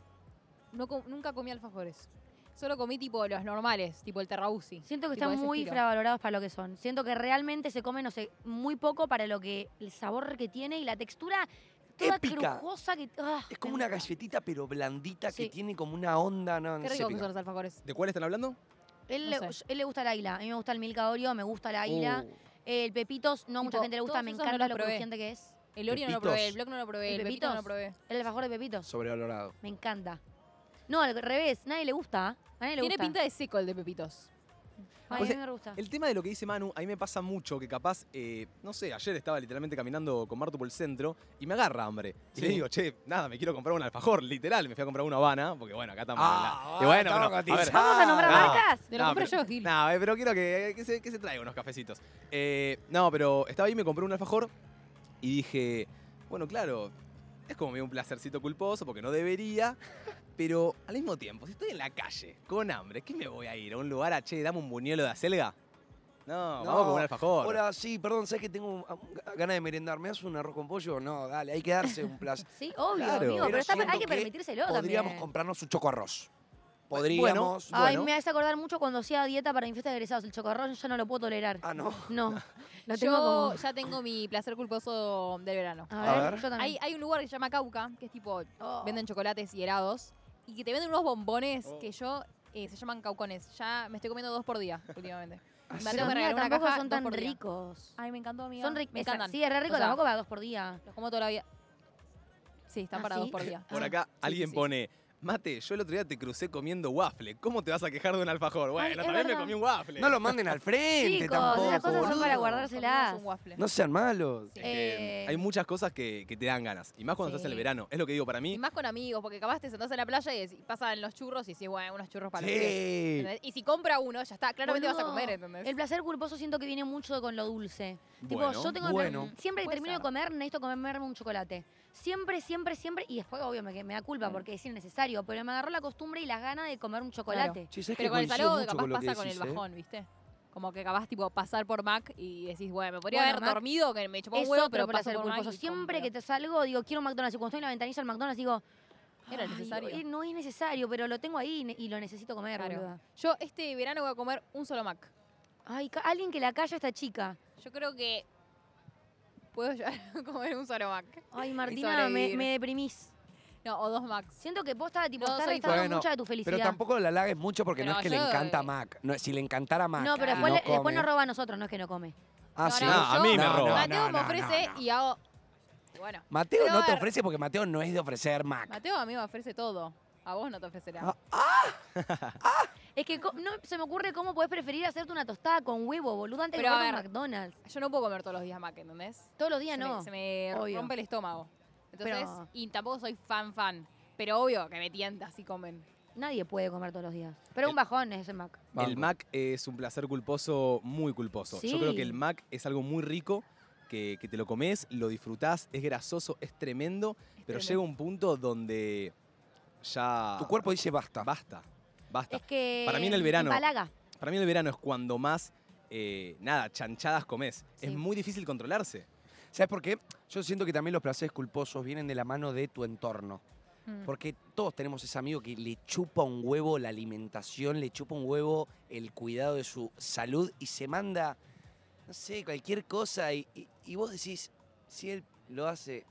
Speaker 4: No, com- nunca comí alfajores. Solo comí tipo los normales, tipo el terrabusi.
Speaker 2: Siento que
Speaker 4: Tipo
Speaker 2: están
Speaker 4: ese
Speaker 2: muy
Speaker 4: estilo.
Speaker 2: infravalorados para lo que son. Siento que realmente se come, no sé, muy poco para lo que el sabor que tiene y la textura toda
Speaker 3: Épica.
Speaker 2: crujosa que ah,
Speaker 3: Es
Speaker 2: me
Speaker 3: como una
Speaker 2: encanta.
Speaker 3: galletita pero blandita
Speaker 2: Sí.
Speaker 3: que tiene como una onda, no, no
Speaker 4: Qué
Speaker 3: sé,
Speaker 4: rico que
Speaker 3: pica.
Speaker 4: son los alfajores.
Speaker 1: ¿De cuál están hablando?
Speaker 2: Él,
Speaker 4: no
Speaker 2: le,
Speaker 4: sé.
Speaker 2: él le gusta el águila. A mí me gusta el Milka Oreo, me gusta el águila.
Speaker 3: Uh,
Speaker 2: El Pepitos, no mucha
Speaker 4: Tipo,
Speaker 2: gente le gusta,
Speaker 4: todos
Speaker 2: me
Speaker 4: esos no
Speaker 2: encanta
Speaker 4: los
Speaker 2: lo
Speaker 4: probé.
Speaker 2: crujiente que es.
Speaker 4: El Oreo no lo probé, el
Speaker 3: Pepitos.
Speaker 4: Block no lo probé,
Speaker 2: ¿El
Speaker 4: el, Pepito no lo
Speaker 2: Pepitos?
Speaker 4: probé.
Speaker 2: El alfajor de Pepitos,
Speaker 3: sobrevalorado.
Speaker 2: me encanta. No, al revés, nadie le gusta. ¿ah? A nadie le
Speaker 4: Tiene
Speaker 2: gusta.
Speaker 4: pinta de seco el de Pepitos.
Speaker 2: Ay,
Speaker 1: Pues,
Speaker 2: a mí me gusta.
Speaker 1: El tema de lo que dice Manu, a mí me pasa mucho que capaz, eh, no sé, ayer estaba literalmente caminando con Martu por el centro y me agarra hambre. Y le
Speaker 3: Sí.
Speaker 1: digo, che, nada, me quiero comprar un alfajor, literal. Me fui a comprar una Habana, porque bueno, acá estamos.
Speaker 3: Ah,
Speaker 1: en la- Y bueno,
Speaker 3: estamos
Speaker 1: pero, a ver,
Speaker 3: cotizados.
Speaker 2: ¿Vamos a nombrar
Speaker 1: Ah,
Speaker 2: marcas?
Speaker 4: Te lo
Speaker 1: No,
Speaker 4: compro
Speaker 1: pero-
Speaker 4: yo, Gil.
Speaker 1: No, eh, pero quiero que, que se, que se traiga unos cafecitos. Eh, no, pero estaba ahí, me compré un alfajor y dije, bueno, claro, es como medio un placercito culposo porque no
Speaker 4: *laughs*
Speaker 1: debería, pero al mismo tiempo, si estoy en la calle con hambre, ¿qué me voy a ir? ¿A un lugar a, che, dame un buñuelo de acelga? No,
Speaker 3: No,
Speaker 1: vamos con un alfajor.
Speaker 3: Ahora sí, perdón, ¿sabes que tengo un- un- ganas de merendar? ¿Me das un arroz con pollo? No, dale, hay que darse un
Speaker 4: *laughs*
Speaker 3: placer.
Speaker 2: Sí, obvio,
Speaker 1: Claro.
Speaker 2: amigo, pero,
Speaker 3: Pero
Speaker 2: está- hay
Speaker 3: siento
Speaker 2: que
Speaker 3: que
Speaker 2: permitírselo
Speaker 3: Podríamos
Speaker 2: también.
Speaker 3: comprarnos un choco arroz. Podríamos.
Speaker 2: Ay,
Speaker 1: Bueno.
Speaker 2: me hace acordar mucho cuando hacía dieta para mi fiesta de egresados. El chocorrol yo no lo puedo tolerar.
Speaker 3: Ah, no.
Speaker 2: No. Lo
Speaker 4: Yo
Speaker 2: tengo como...
Speaker 4: ya tengo mi placer culposo del verano.
Speaker 2: A ver,
Speaker 3: A ver.
Speaker 2: yo también.
Speaker 4: Hay, hay un lugar que se llama Cauca, que es tipo,
Speaker 2: Oh.
Speaker 4: venden chocolates y helados, y que te venden unos bombones
Speaker 1: Oh.
Speaker 4: que yo, eh, se llaman caucones. Ya me estoy comiendo dos
Speaker 3: *laughs*
Speaker 4: por día últimamente.
Speaker 3: Ah,
Speaker 4: Me
Speaker 3: sí.
Speaker 2: Pero
Speaker 4: tengo que
Speaker 2: mira,
Speaker 4: regalar una
Speaker 2: tampoco
Speaker 4: caja,
Speaker 2: son
Speaker 4: dos
Speaker 2: tan
Speaker 4: por día.
Speaker 2: ricos.
Speaker 4: Ay, me encantó, amiga.
Speaker 2: Son ricos.
Speaker 4: Me encantan.
Speaker 2: Sí, es re rico,
Speaker 4: O sea,
Speaker 2: tampoco para dos por día.
Speaker 4: Los como toda la vida. Sí, están
Speaker 2: Ah,
Speaker 4: para
Speaker 2: ¿sí?
Speaker 4: dos por día.
Speaker 1: Por
Speaker 2: Ah,
Speaker 1: acá alguien
Speaker 4: sí, sí.
Speaker 1: pone, mate, yo el otro día te crucé comiendo waffle. ¿Cómo te vas a quejar de un alfajor? Bueno,
Speaker 2: es
Speaker 1: también me
Speaker 2: verdad.
Speaker 1: comí un waffle.
Speaker 3: No lo manden al frente
Speaker 2: Chicos,
Speaker 3: tampoco.
Speaker 2: esas cosas son
Speaker 3: boludo.
Speaker 2: para guardárselas.
Speaker 4: Comimos un waffle.
Speaker 3: No sean malos.
Speaker 1: Es que
Speaker 2: Eh.
Speaker 1: Hay muchas cosas que, que te dan ganas. Y más cuando estás en el
Speaker 4: Sí.
Speaker 1: verano. Es lo que digo para mí.
Speaker 4: Y más con amigos, porque capaz te sentás en la playa y, decís- pasan los churros y decís, bueno, unos churros para los tres.
Speaker 3: Sí.
Speaker 4: ¿Entendés? Y si compra uno, ya está. Claramente vas a
Speaker 2: Boludo,
Speaker 4: comer, ¿entendés?
Speaker 2: El placer culposo siento que viene mucho con lo dulce. tipo,
Speaker 1: Bueno,
Speaker 2: yo tengo
Speaker 3: bueno.
Speaker 2: mm, siempre que
Speaker 4: Puede
Speaker 2: termino
Speaker 4: ser.
Speaker 2: de comer necesito comerme un chocolate. Siempre, siempre, siempre y después obvio me, que- me da culpa porque es innecesario, pero me agarró la costumbre y las ganas de comer un chocolate.
Speaker 3: Che, ¿sabés
Speaker 4: Pero
Speaker 3: que
Speaker 4: con el
Speaker 3: coincido
Speaker 4: saludo
Speaker 3: mucho lo
Speaker 4: capaz
Speaker 3: que
Speaker 4: pasa con el
Speaker 3: decís, eh?
Speaker 4: bajón, ¿viste? Como que capaz tipo pasar por Mac y decís, bueno, me podría
Speaker 2: Bueno,
Speaker 4: haber
Speaker 2: Mac
Speaker 4: dormido, que me chupó un
Speaker 2: Es
Speaker 4: huevo,
Speaker 2: otro
Speaker 4: pero
Speaker 2: placer
Speaker 4: paso por Mac.
Speaker 2: culposo. Siempre que te salgo digo quiero un McDonald's y cuando estoy en la ventanilla del McDonald's digo
Speaker 4: Era
Speaker 2: "Ay,
Speaker 4: necesario".
Speaker 2: eh, no es necesario, pero lo tengo ahí ne- y lo necesito comer.
Speaker 4: Claro.
Speaker 2: boluda.
Speaker 4: Yo este verano voy a comer un solo Mac.
Speaker 2: Ay, ca- alguien que la calla a esta chica.
Speaker 4: Yo creo que puedo *laughs* llegar a comer un solo Mac.
Speaker 2: Ay, Martina, me,
Speaker 4: sobrevivir.
Speaker 2: me deprimís.
Speaker 4: No, o dos Macs.
Speaker 2: Siento que posta, tipo,
Speaker 4: No,
Speaker 2: estás
Speaker 4: soy
Speaker 2: restando
Speaker 3: Bueno,
Speaker 2: mucha de tu felicidad.
Speaker 3: Pero tampoco la halagues mucho porque no
Speaker 4: Pero
Speaker 3: es que le
Speaker 4: yo,
Speaker 3: encanta
Speaker 4: eh,
Speaker 3: Mac. No, si le encantara Mac.
Speaker 2: no, pero
Speaker 3: y
Speaker 2: después, le- después
Speaker 3: come-
Speaker 2: nos roba a nosotros, no es que no come.
Speaker 3: Ah, sí.
Speaker 1: no, a mí me
Speaker 4: yo-
Speaker 1: roba.
Speaker 4: Mateo
Speaker 3: No, no,
Speaker 4: me ofrece
Speaker 3: no, no.
Speaker 4: y hago. Bueno,
Speaker 3: Mateo
Speaker 4: Pero,
Speaker 3: no
Speaker 4: a
Speaker 3: te
Speaker 4: ver.
Speaker 3: ofrece porque Mateo no es de ofrecer Mac.
Speaker 4: Mateo a mí me ofrece todo. A vos no te ofrecerá.
Speaker 3: Ah.
Speaker 2: Es que co- no se me ocurre cómo podés preferir hacerte una tostada con huevo, boludo, antes de
Speaker 4: Pero, a
Speaker 2: comer un
Speaker 4: ver.
Speaker 2: McDonald's.
Speaker 4: Yo no puedo comer todos los días Mac, ¿entendés?
Speaker 2: Todos los días
Speaker 4: se
Speaker 2: no.
Speaker 4: Me, se me
Speaker 2: obvio.
Speaker 4: rompe el estómago. Entonces,
Speaker 2: Pero-
Speaker 4: y tampoco soy fan fan. Pero obvio que me tienta si comen.
Speaker 2: Nadie puede comer todos los días. Pero un bajón es ese Mac.
Speaker 1: El
Speaker 3: Banco.
Speaker 1: Mac es un placer culposo, muy culposo. Yo creo que el
Speaker 2: Sí.
Speaker 1: Mac es algo muy rico, que, que te lo comes, lo disfrutás, es grasoso, es tremendo, pero
Speaker 4: tremendo.
Speaker 1: llega un punto donde ya...
Speaker 3: Tu cuerpo dice basta.
Speaker 1: Basta, basta.
Speaker 2: Es que.
Speaker 1: Para mí en el verano.
Speaker 2: Palaga.
Speaker 1: Para mí el verano es cuando más, eh, nada, chanchadas comes. Es
Speaker 2: Sí.
Speaker 1: muy difícil controlarse.
Speaker 3: ¿Sabes por qué? Yo siento que también los placeres culposos vienen de la mano de tu entorno.
Speaker 4: Mm.
Speaker 3: Porque todos tenemos ese amigo que le chupa un huevo la alimentación, le chupa un huevo el cuidado de su salud y se manda, no sé, cualquier cosa. Y, y- y vos decís, si él lo hace,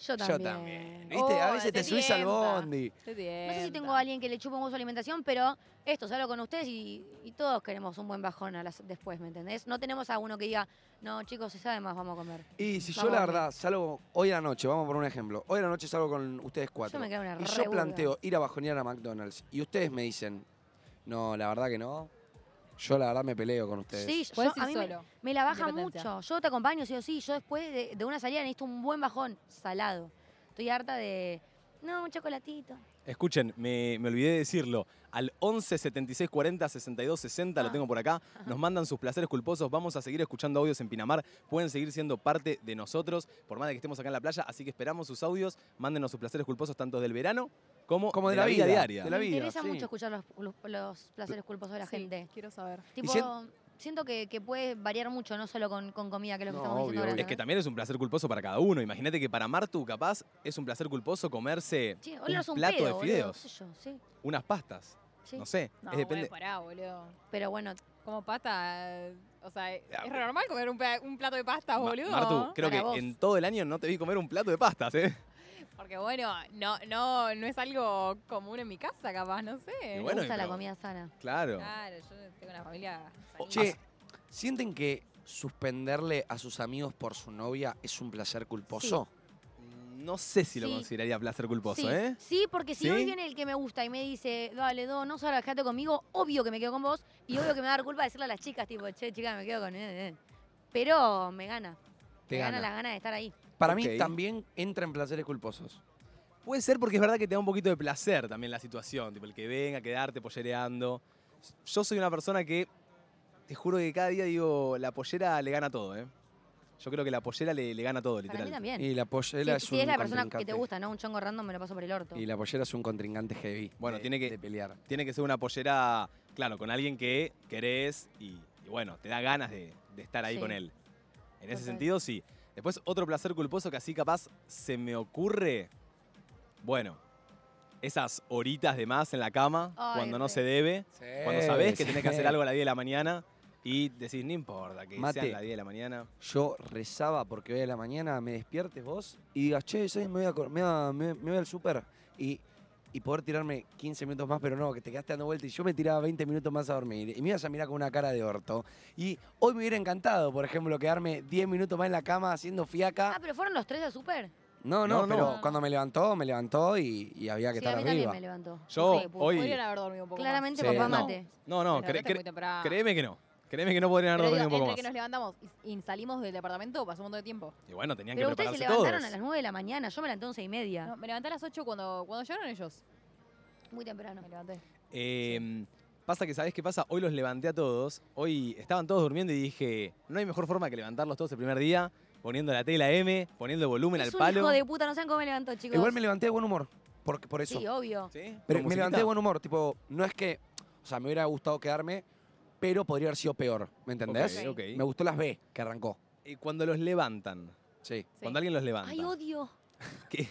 Speaker 2: Yo
Speaker 3: yo
Speaker 2: también.
Speaker 3: también.
Speaker 2: Oh,
Speaker 3: ¿Viste? A
Speaker 4: Oh,
Speaker 3: veces te,
Speaker 4: te
Speaker 3: subís al
Speaker 4: tienta.
Speaker 3: bondi.
Speaker 2: No sé si tengo a alguien que le chupa un huevo su alimentación, pero esto, salgo con ustedes y, y todos queremos un buen bajón a las, después, ¿me entendés? No tenemos a uno que diga, no, chicos, se sabe más, vamos a comer.
Speaker 3: Y si yo
Speaker 2: Vamos,
Speaker 3: la
Speaker 2: vamos.
Speaker 3: verdad salgo hoy a la noche, vamos por un ejemplo, hoy a la noche salgo con ustedes cuatro.
Speaker 2: Yo me quedo una
Speaker 3: y
Speaker 2: re
Speaker 3: yo
Speaker 2: burga.
Speaker 3: planteo ir a bajonear a McDonald's y ustedes me dicen, no, la verdad que no, yo la verdad me peleo con ustedes.
Speaker 2: Sí, yo,
Speaker 4: Puedes
Speaker 2: a
Speaker 4: ir
Speaker 2: mí me-
Speaker 4: solo.
Speaker 2: Me la baja
Speaker 4: Independencia.
Speaker 2: mucho. Yo te acompaño, sí o sí. Yo después de, de una salida necesito un buen bajón salado. Estoy harta de, No, un chocolatito.
Speaker 1: Escuchen, me, me olvidé de decirlo. Al 11 76 40 62 60, lo
Speaker 2: Ah.
Speaker 1: tengo por acá. Nos mandan sus placeres culposos. Vamos a seguir escuchando audios en Pinamar. Pueden seguir siendo parte de nosotros, por más de que estemos acá en la playa. Así que esperamos sus audios. Mándenos sus placeres culposos, tanto del verano como,
Speaker 3: Como de la vida,
Speaker 1: diaria.
Speaker 3: de la
Speaker 2: me
Speaker 3: vida,
Speaker 2: interesa
Speaker 3: sí.
Speaker 2: mucho escuchar los, los- los placeres culposos de la gente.
Speaker 4: Quiero saber.
Speaker 2: Tipo,
Speaker 3: sien-
Speaker 2: siento que, que puede variar mucho, no solo con, con comida, que es lo que
Speaker 3: No,
Speaker 2: estamos diciendo
Speaker 3: obvio,
Speaker 2: ahora.
Speaker 1: Es
Speaker 4: Ah.
Speaker 1: que también es un placer culposo para cada uno. Imagínate que para Martu, capaz, es un placer culposo comerse
Speaker 2: Sí,
Speaker 1: un
Speaker 2: olerse un,
Speaker 1: plato
Speaker 2: pedo,
Speaker 1: de
Speaker 2: boludo,
Speaker 1: fideos.
Speaker 2: qué sé yo, sí,
Speaker 1: unas pastas.
Speaker 2: sí.
Speaker 1: No sé,
Speaker 4: No,
Speaker 1: es depende.
Speaker 4: bueno, pará, boludo.
Speaker 2: Pero bueno,
Speaker 4: Como pata. eh, O sea, ¿es
Speaker 1: Ya,
Speaker 4: re normal comer un, pla- un plato de pasta,
Speaker 1: Ah. Ma-
Speaker 4: Ah, boludo?
Speaker 1: Martu, creo
Speaker 2: Para
Speaker 1: que
Speaker 2: vos.
Speaker 1: en todo el año no te vi comer un plato de pastas, ¿eh? *laughs*
Speaker 4: Porque bueno, no, no, no es algo común en mi casa, capaz, no sé.
Speaker 1: Y
Speaker 2: me
Speaker 1: bueno,
Speaker 2: gusta la
Speaker 1: pero-
Speaker 2: comida sana.
Speaker 1: Claro.
Speaker 4: Claro, yo tengo una familia.
Speaker 1: O-
Speaker 4: sanita.
Speaker 3: Che, ¿sienten que suspenderle a sus amigos por su novia es un placer culposo?
Speaker 1: Mm, No sé si lo
Speaker 2: Sí.
Speaker 1: consideraría placer culposo,
Speaker 2: sí,
Speaker 1: ¿eh?
Speaker 2: sí, porque si hoy
Speaker 1: ¿Sí?
Speaker 2: viene el que me gusta y me dice, dale, do, no salgas, quédate conmigo, obvio que me quedo con vos y obvio que me va a dar culpa decirle a las chicas, tipo, che, chica, me quedo con eh, eh". Pero me gana.
Speaker 3: Te
Speaker 2: me gana.
Speaker 3: gana.
Speaker 2: la gana de estar ahí.
Speaker 3: Para
Speaker 1: Ok.
Speaker 3: mí también entra en placeres culposos.
Speaker 1: Puede ser porque es verdad que te da un poquito de placer también la situación, tipo el que venga, quedarte pollereando. Yo soy una persona que, te juro que cada día digo, la pollera le gana todo, ¿eh? Yo creo que la pollera le, le gana todo,
Speaker 2: Para mí
Speaker 1: literal.
Speaker 2: también.
Speaker 3: Y la pollera
Speaker 2: si,
Speaker 3: es
Speaker 2: si
Speaker 3: un
Speaker 2: es la persona que te
Speaker 3: contrincante.
Speaker 2: gusta, ¿no? Un chongo random me lo paso por el orto.
Speaker 3: Y la pollera es un contrincante heavy.
Speaker 1: Bueno,
Speaker 3: de-
Speaker 1: tiene que-
Speaker 3: de pelear.
Speaker 1: Tiene que ser una pollera, claro, con alguien que querés y, y bueno, te da ganas de, de estar ahí
Speaker 2: Sí.
Speaker 1: con él. En ese
Speaker 2: Total.
Speaker 1: sentido, sí. Después, otro placer culposo que así capaz se me ocurre, bueno, esas horitas de más en la cama,
Speaker 2: Ay,
Speaker 1: cuando no
Speaker 2: re.
Speaker 1: se debe. Cuando
Speaker 3: Eh, Sí,
Speaker 1: sabés que tenés que
Speaker 3: sí.
Speaker 1: hacer algo a las 10 de la mañana y decís, no importa, que
Speaker 3: Mate.
Speaker 1: sean las 10 de la mañana.
Speaker 3: Yo rezaba porque hoy a la mañana me despiertes vos y digas, che, ¿sabes? Me voy, a cor- me voy a- me- me voy al súper. Y, y poder tirarme 15 minutos más, pero no, que te quedaste dando vueltas y yo me tiraba 20 minutos más a dormir. Y me ibas a mirar con una cara de orto. Y hoy me hubiera encantado, por ejemplo, quedarme 10 minutos más en la cama haciendo
Speaker 2: Ah,
Speaker 3: fiaca.
Speaker 2: pero fueron los tres al súper.
Speaker 3: No,
Speaker 1: No,
Speaker 3: no,
Speaker 1: no.
Speaker 3: pero cuando me levantó, me levantó y, y había que
Speaker 2: Sí, a
Speaker 3: estar
Speaker 2: mí
Speaker 3: arriba.
Speaker 2: también me levantó.
Speaker 1: Yo
Speaker 4: Sí, po-
Speaker 1: hoy.
Speaker 4: Podrían haber dormido un poco. más.
Speaker 2: Claramente
Speaker 3: Sí,
Speaker 2: papá
Speaker 3: no.
Speaker 2: mate.
Speaker 1: No, no,
Speaker 4: Bueno,
Speaker 1: cre-
Speaker 4: acá está
Speaker 1: cre-
Speaker 4: muy temprano.
Speaker 1: créeme que no. Créeme que no podrían haber
Speaker 4: Pero
Speaker 1: dormido
Speaker 4: digo,
Speaker 1: un poco
Speaker 4: entre que
Speaker 1: más.
Speaker 4: nos levantamos y, y salimos del departamento pasó un montón de tiempo.
Speaker 1: Y bueno, tenían
Speaker 2: Pero
Speaker 1: que
Speaker 2: ustedes se
Speaker 1: prepararse
Speaker 2: levantaron
Speaker 1: todos.
Speaker 2: a las 9 de la mañana, yo me levanté a 11 y media.
Speaker 4: No, me levanté a las 8 cuando, cuando llegaron ellos.
Speaker 2: Muy temprano.
Speaker 4: Me levanté.
Speaker 1: Eh, pasa que, ¿sabés qué pasa? Hoy los levanté a todos. Hoy estaban todos durmiendo y dije, no hay mejor forma que levantarlos todos el primer día, poniendo la tela M, poniendo volumen
Speaker 2: Es
Speaker 1: al
Speaker 2: un
Speaker 1: palo.
Speaker 2: hijo de puta, no saben cómo me levantó, chicos.
Speaker 3: Igual me levanté de buen humor, por, por eso.
Speaker 2: Sí, obvio.
Speaker 1: ¿Sí? ¿Con
Speaker 3: Pero me
Speaker 1: musiquita?
Speaker 3: levanté de buen humor, tipo, no es que, o sea, me hubiera gustado quedarme, pero podría haber sido peor, ¿me entendés?
Speaker 1: Ok, ok.
Speaker 3: Me gustó las B, que arrancó.
Speaker 1: Eh, Cuando los levantan,
Speaker 3: Sí.
Speaker 4: Sí.
Speaker 1: cuando alguien los levanta.
Speaker 2: Ay,
Speaker 1: *laughs*
Speaker 2: odio. *laughs* oh,
Speaker 1: ¿Qué?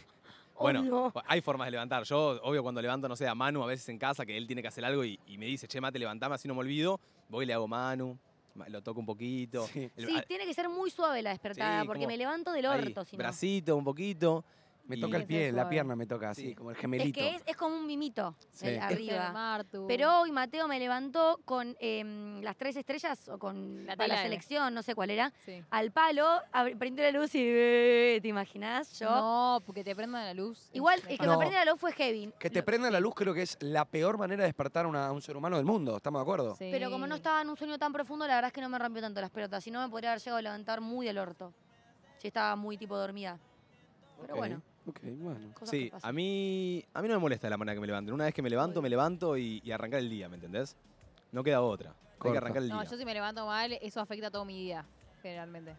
Speaker 2: Bueno.
Speaker 1: Bueno, pues, hay formas de levantar. Yo, obvio, cuando levanto, no sé, a Manu a veces en casa, que él tiene que hacer algo y, y me dice, che, mate, levantame, así no me olvido. Voy y le hago Manu, ma- lo toco un poquito.
Speaker 3: Sí.
Speaker 1: El-
Speaker 2: Sí,
Speaker 1: a-
Speaker 2: tiene que ser muy suave la despertada,
Speaker 1: Sí,
Speaker 2: porque
Speaker 1: como-
Speaker 2: me levanto del
Speaker 1: ahí,
Speaker 2: orto, si no.
Speaker 1: Bracito, un poquito.
Speaker 3: Me
Speaker 1: Y-
Speaker 3: toca el
Speaker 4: Sí,
Speaker 3: pie,
Speaker 4: es
Speaker 3: la
Speaker 4: suave.
Speaker 3: pierna me toca, así,
Speaker 1: Sí.
Speaker 3: como el
Speaker 2: Es
Speaker 3: gemelito.
Speaker 2: que es, es como un mimito
Speaker 3: Sí.
Speaker 2: eh,
Speaker 3: Es
Speaker 4: Luciana
Speaker 2: arriba.
Speaker 4: Martu.
Speaker 2: Pero hoy Mateo me levantó con em, las tres estrellas o con
Speaker 4: La
Speaker 2: para la
Speaker 4: tela era.
Speaker 2: selección, no sé cuál era,
Speaker 4: Sí.
Speaker 2: al palo, abri- prendí la luz y eh, ¿te imaginás? Yo.
Speaker 4: No, porque te prendan la luz. es-
Speaker 2: Igual, el que me
Speaker 3: No.
Speaker 2: prende la luz fue Kevin.
Speaker 3: Que te prenda la luz creo que es la peor manera de despertar una- a un ser humano del mundo, ¿estamos de acuerdo?
Speaker 4: Sí.
Speaker 2: Pero como no estaba en un sueño tan profundo, la verdad es que no me rompió tanto las pelotas. Si no, me podría haber llegado a levantar muy del orto. Si estaba muy tipo dormida. Pero
Speaker 3: Ok,
Speaker 2: bueno,
Speaker 3: Ok, bueno.
Speaker 2: cosas que
Speaker 1: Sí,
Speaker 2: pasan.
Speaker 1: a mí, a mí no me molesta la manera que me levanten. Una vez que me levanto,
Speaker 2: Obvio.
Speaker 1: me levanto y, y arrancar el día, ¿me entendés? No queda otra. Hay que
Speaker 3: Corta.
Speaker 1: arrancar el día.
Speaker 4: No, yo si me levanto mal, eso afecta todo mi día, generalmente.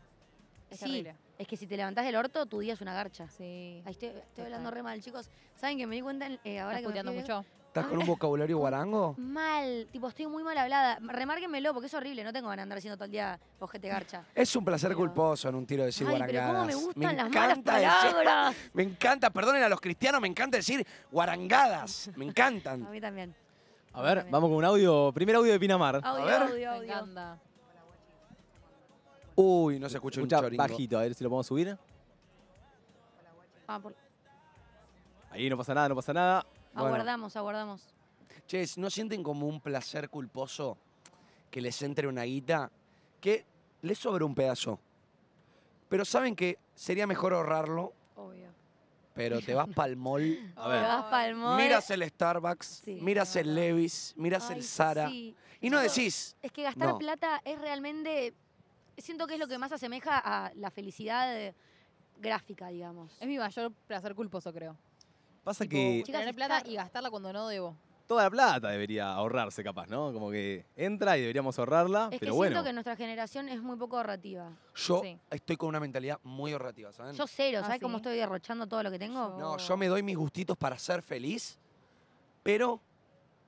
Speaker 4: Es
Speaker 2: Sí.
Speaker 4: terrible.
Speaker 2: Es que si te levantás del orto, tu día es una garcha.
Speaker 4: Sí.
Speaker 2: Ahí estoy, estoy hablando
Speaker 4: Total.
Speaker 2: re mal, chicos. ¿Saben que me di cuenta en- eh, ahora
Speaker 4: ¿Estás
Speaker 2: que me
Speaker 4: puteando
Speaker 2: fui de-
Speaker 4: mucho?
Speaker 3: ¿Estás con un vocabulario guarango?
Speaker 2: Mal, tipo, estoy muy mal hablada. Remárquenmelo porque es horrible, no tengo ganas de andar haciendo todo el día ojete garcha.
Speaker 3: Es un placer
Speaker 2: Pero-
Speaker 3: culposo en un tiro de decir
Speaker 2: Ay, pero cómo me
Speaker 3: guarangadas.
Speaker 2: gustan las malas
Speaker 3: encanta decir-
Speaker 2: palabras.
Speaker 3: *laughs* me encanta, perdonen a los cristianos, me encanta decir guarangadas. Me
Speaker 2: A
Speaker 3: encantan.
Speaker 2: mí también. Ah.
Speaker 1: A ver, vamos con un audio. Primer audio de Pinamar.
Speaker 2: Audio,
Speaker 3: ver.
Speaker 2: audio,
Speaker 4: Me
Speaker 2: audio.
Speaker 4: encanta.
Speaker 3: Uy, no se escucha un
Speaker 1: Escuchá
Speaker 3: choringo.
Speaker 1: bajito, a ver si lo podemos subir.
Speaker 2: Ah, por-
Speaker 1: Ahí no pasa nada, no pasa nada.
Speaker 3: Bueno.
Speaker 2: Aguardamos, aguardamos.
Speaker 3: Che, ¿no sienten como un placer culposo que les entre una guita que les sobra un pedazo? Pero saben que sería mejor ahorrarlo,
Speaker 2: Obvio.
Speaker 3: pero te vas pa'l mall,
Speaker 1: A ver.
Speaker 2: Te vas pa'l *laughs* mall.
Speaker 3: miras el Starbucks,
Speaker 2: Sí.
Speaker 3: miras el Levis, miras
Speaker 2: Ay,
Speaker 3: el Zara
Speaker 2: sí.
Speaker 3: y no
Speaker 2: Yo-
Speaker 3: decís,
Speaker 2: Es que gastar
Speaker 3: No.
Speaker 2: plata es realmente. Siento que es lo que más asemeja a la felicidad eh, gráfica, digamos.
Speaker 4: Es mi mayor placer culposo, creo.
Speaker 1: Pasa
Speaker 4: Tipo,
Speaker 1: que
Speaker 2: Chicas,
Speaker 4: Tener plata
Speaker 2: está-
Speaker 4: y gastarla cuando no debo.
Speaker 1: toda la plata debería ahorrarse, capaz, ¿no? Como que entra y deberíamos ahorrarla,
Speaker 2: Es que
Speaker 1: Ah, pero
Speaker 2: siento
Speaker 1: bueno.
Speaker 2: que nuestra generación es muy poco ahorrativa.
Speaker 3: Yo
Speaker 4: Sí.
Speaker 3: estoy con una mentalidad muy ahorrativa, ¿saben?
Speaker 2: Yo cero,
Speaker 4: Ah,
Speaker 2: ¿sabes cómo
Speaker 4: ¿sí?
Speaker 2: estoy derrochando todo lo que tengo?
Speaker 4: Yo-
Speaker 3: No, yo me doy mis gustitos para ser feliz, pero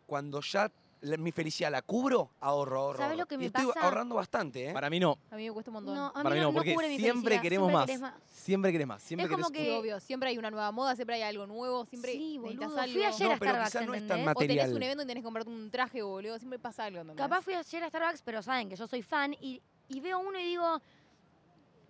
Speaker 3: cuando ya la- mi felicidad la cubro, ahorro, ahorro.
Speaker 2: ¿Sabes
Speaker 3: ahorro.
Speaker 2: lo que
Speaker 3: Y
Speaker 2: me
Speaker 3: estoy
Speaker 2: pasa?
Speaker 3: ahorrando bastante, ¿eh?
Speaker 1: Para mí no.
Speaker 4: A mí me cuesta un montón.
Speaker 2: No, a mí
Speaker 1: Para mí no, porque
Speaker 2: cubre mi
Speaker 1: siempre
Speaker 2: felicidad,
Speaker 1: queremos
Speaker 2: siempre
Speaker 1: más.
Speaker 2: querés
Speaker 1: Siempre querés más. Siempre
Speaker 2: Es
Speaker 1: querés
Speaker 2: como
Speaker 1: un-
Speaker 4: Sí,
Speaker 2: que-
Speaker 4: obvio, siempre hay una nueva moda, siempre hay algo nuevo, siempre
Speaker 2: Sí,
Speaker 4: necesitas
Speaker 2: boludo. Fui ayer
Speaker 4: algo.
Speaker 2: a
Speaker 3: No, pero
Speaker 2: Starbucks,
Speaker 3: quizá no es tan
Speaker 2: ¿entendés?
Speaker 3: mate-
Speaker 4: o tenés
Speaker 3: material.
Speaker 4: un evento y tenés que comprarte un traje, boludo, siempre pasa algo. ¿entendés?
Speaker 2: Capaz fui ayer a Starbucks, pero saben que yo soy fan y, y veo uno y digo,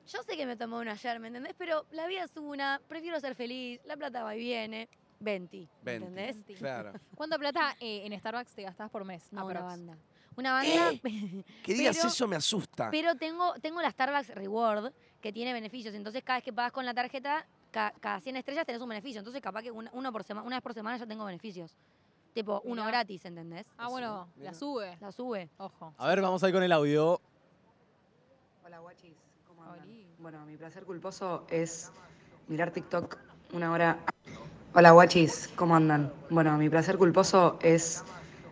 Speaker 2: yo sé que me tomé una ayer, ¿me entendés? Pero la vida es una, prefiero ser feliz, la plata va y viene. Venti, ¿me
Speaker 3: Venti.
Speaker 2: ¿entendés?
Speaker 4: Venti.
Speaker 3: Claro.
Speaker 4: ¿Cuánta plata eh, en Starbucks te gastás por mes?
Speaker 2: No, Ah, una
Speaker 4: aprox?
Speaker 2: banda. Una
Speaker 1: *clears throat*
Speaker 2: banda, *laughs*
Speaker 3: Que digas
Speaker 2: Pero-
Speaker 3: eso me
Speaker 1: Ah.
Speaker 3: asusta.
Speaker 2: pero tengo, tengo la Starbucks Reward, que tiene beneficios. Entonces, cada vez que pagas con la tarjeta, ca- cada 100 estrellas tenés un beneficio. Entonces, capaz que una, uno por sema- una vez por semana ya tengo beneficios. Tipo, uno
Speaker 4: Mirá.
Speaker 2: gratis, ¿entendés?
Speaker 4: Ah, bueno,
Speaker 3: Mira.
Speaker 4: la sube.
Speaker 2: La sube.
Speaker 4: Ojo.
Speaker 1: A ver, vamos ahí con el audio.
Speaker 6: Hola guachis, ¿cómo andan?
Speaker 4: Oli.
Speaker 6: Bueno, mi placer culposo es mirar TikTok una hora. Hola guachis, ¿cómo andan? Bueno, mi placer culposo es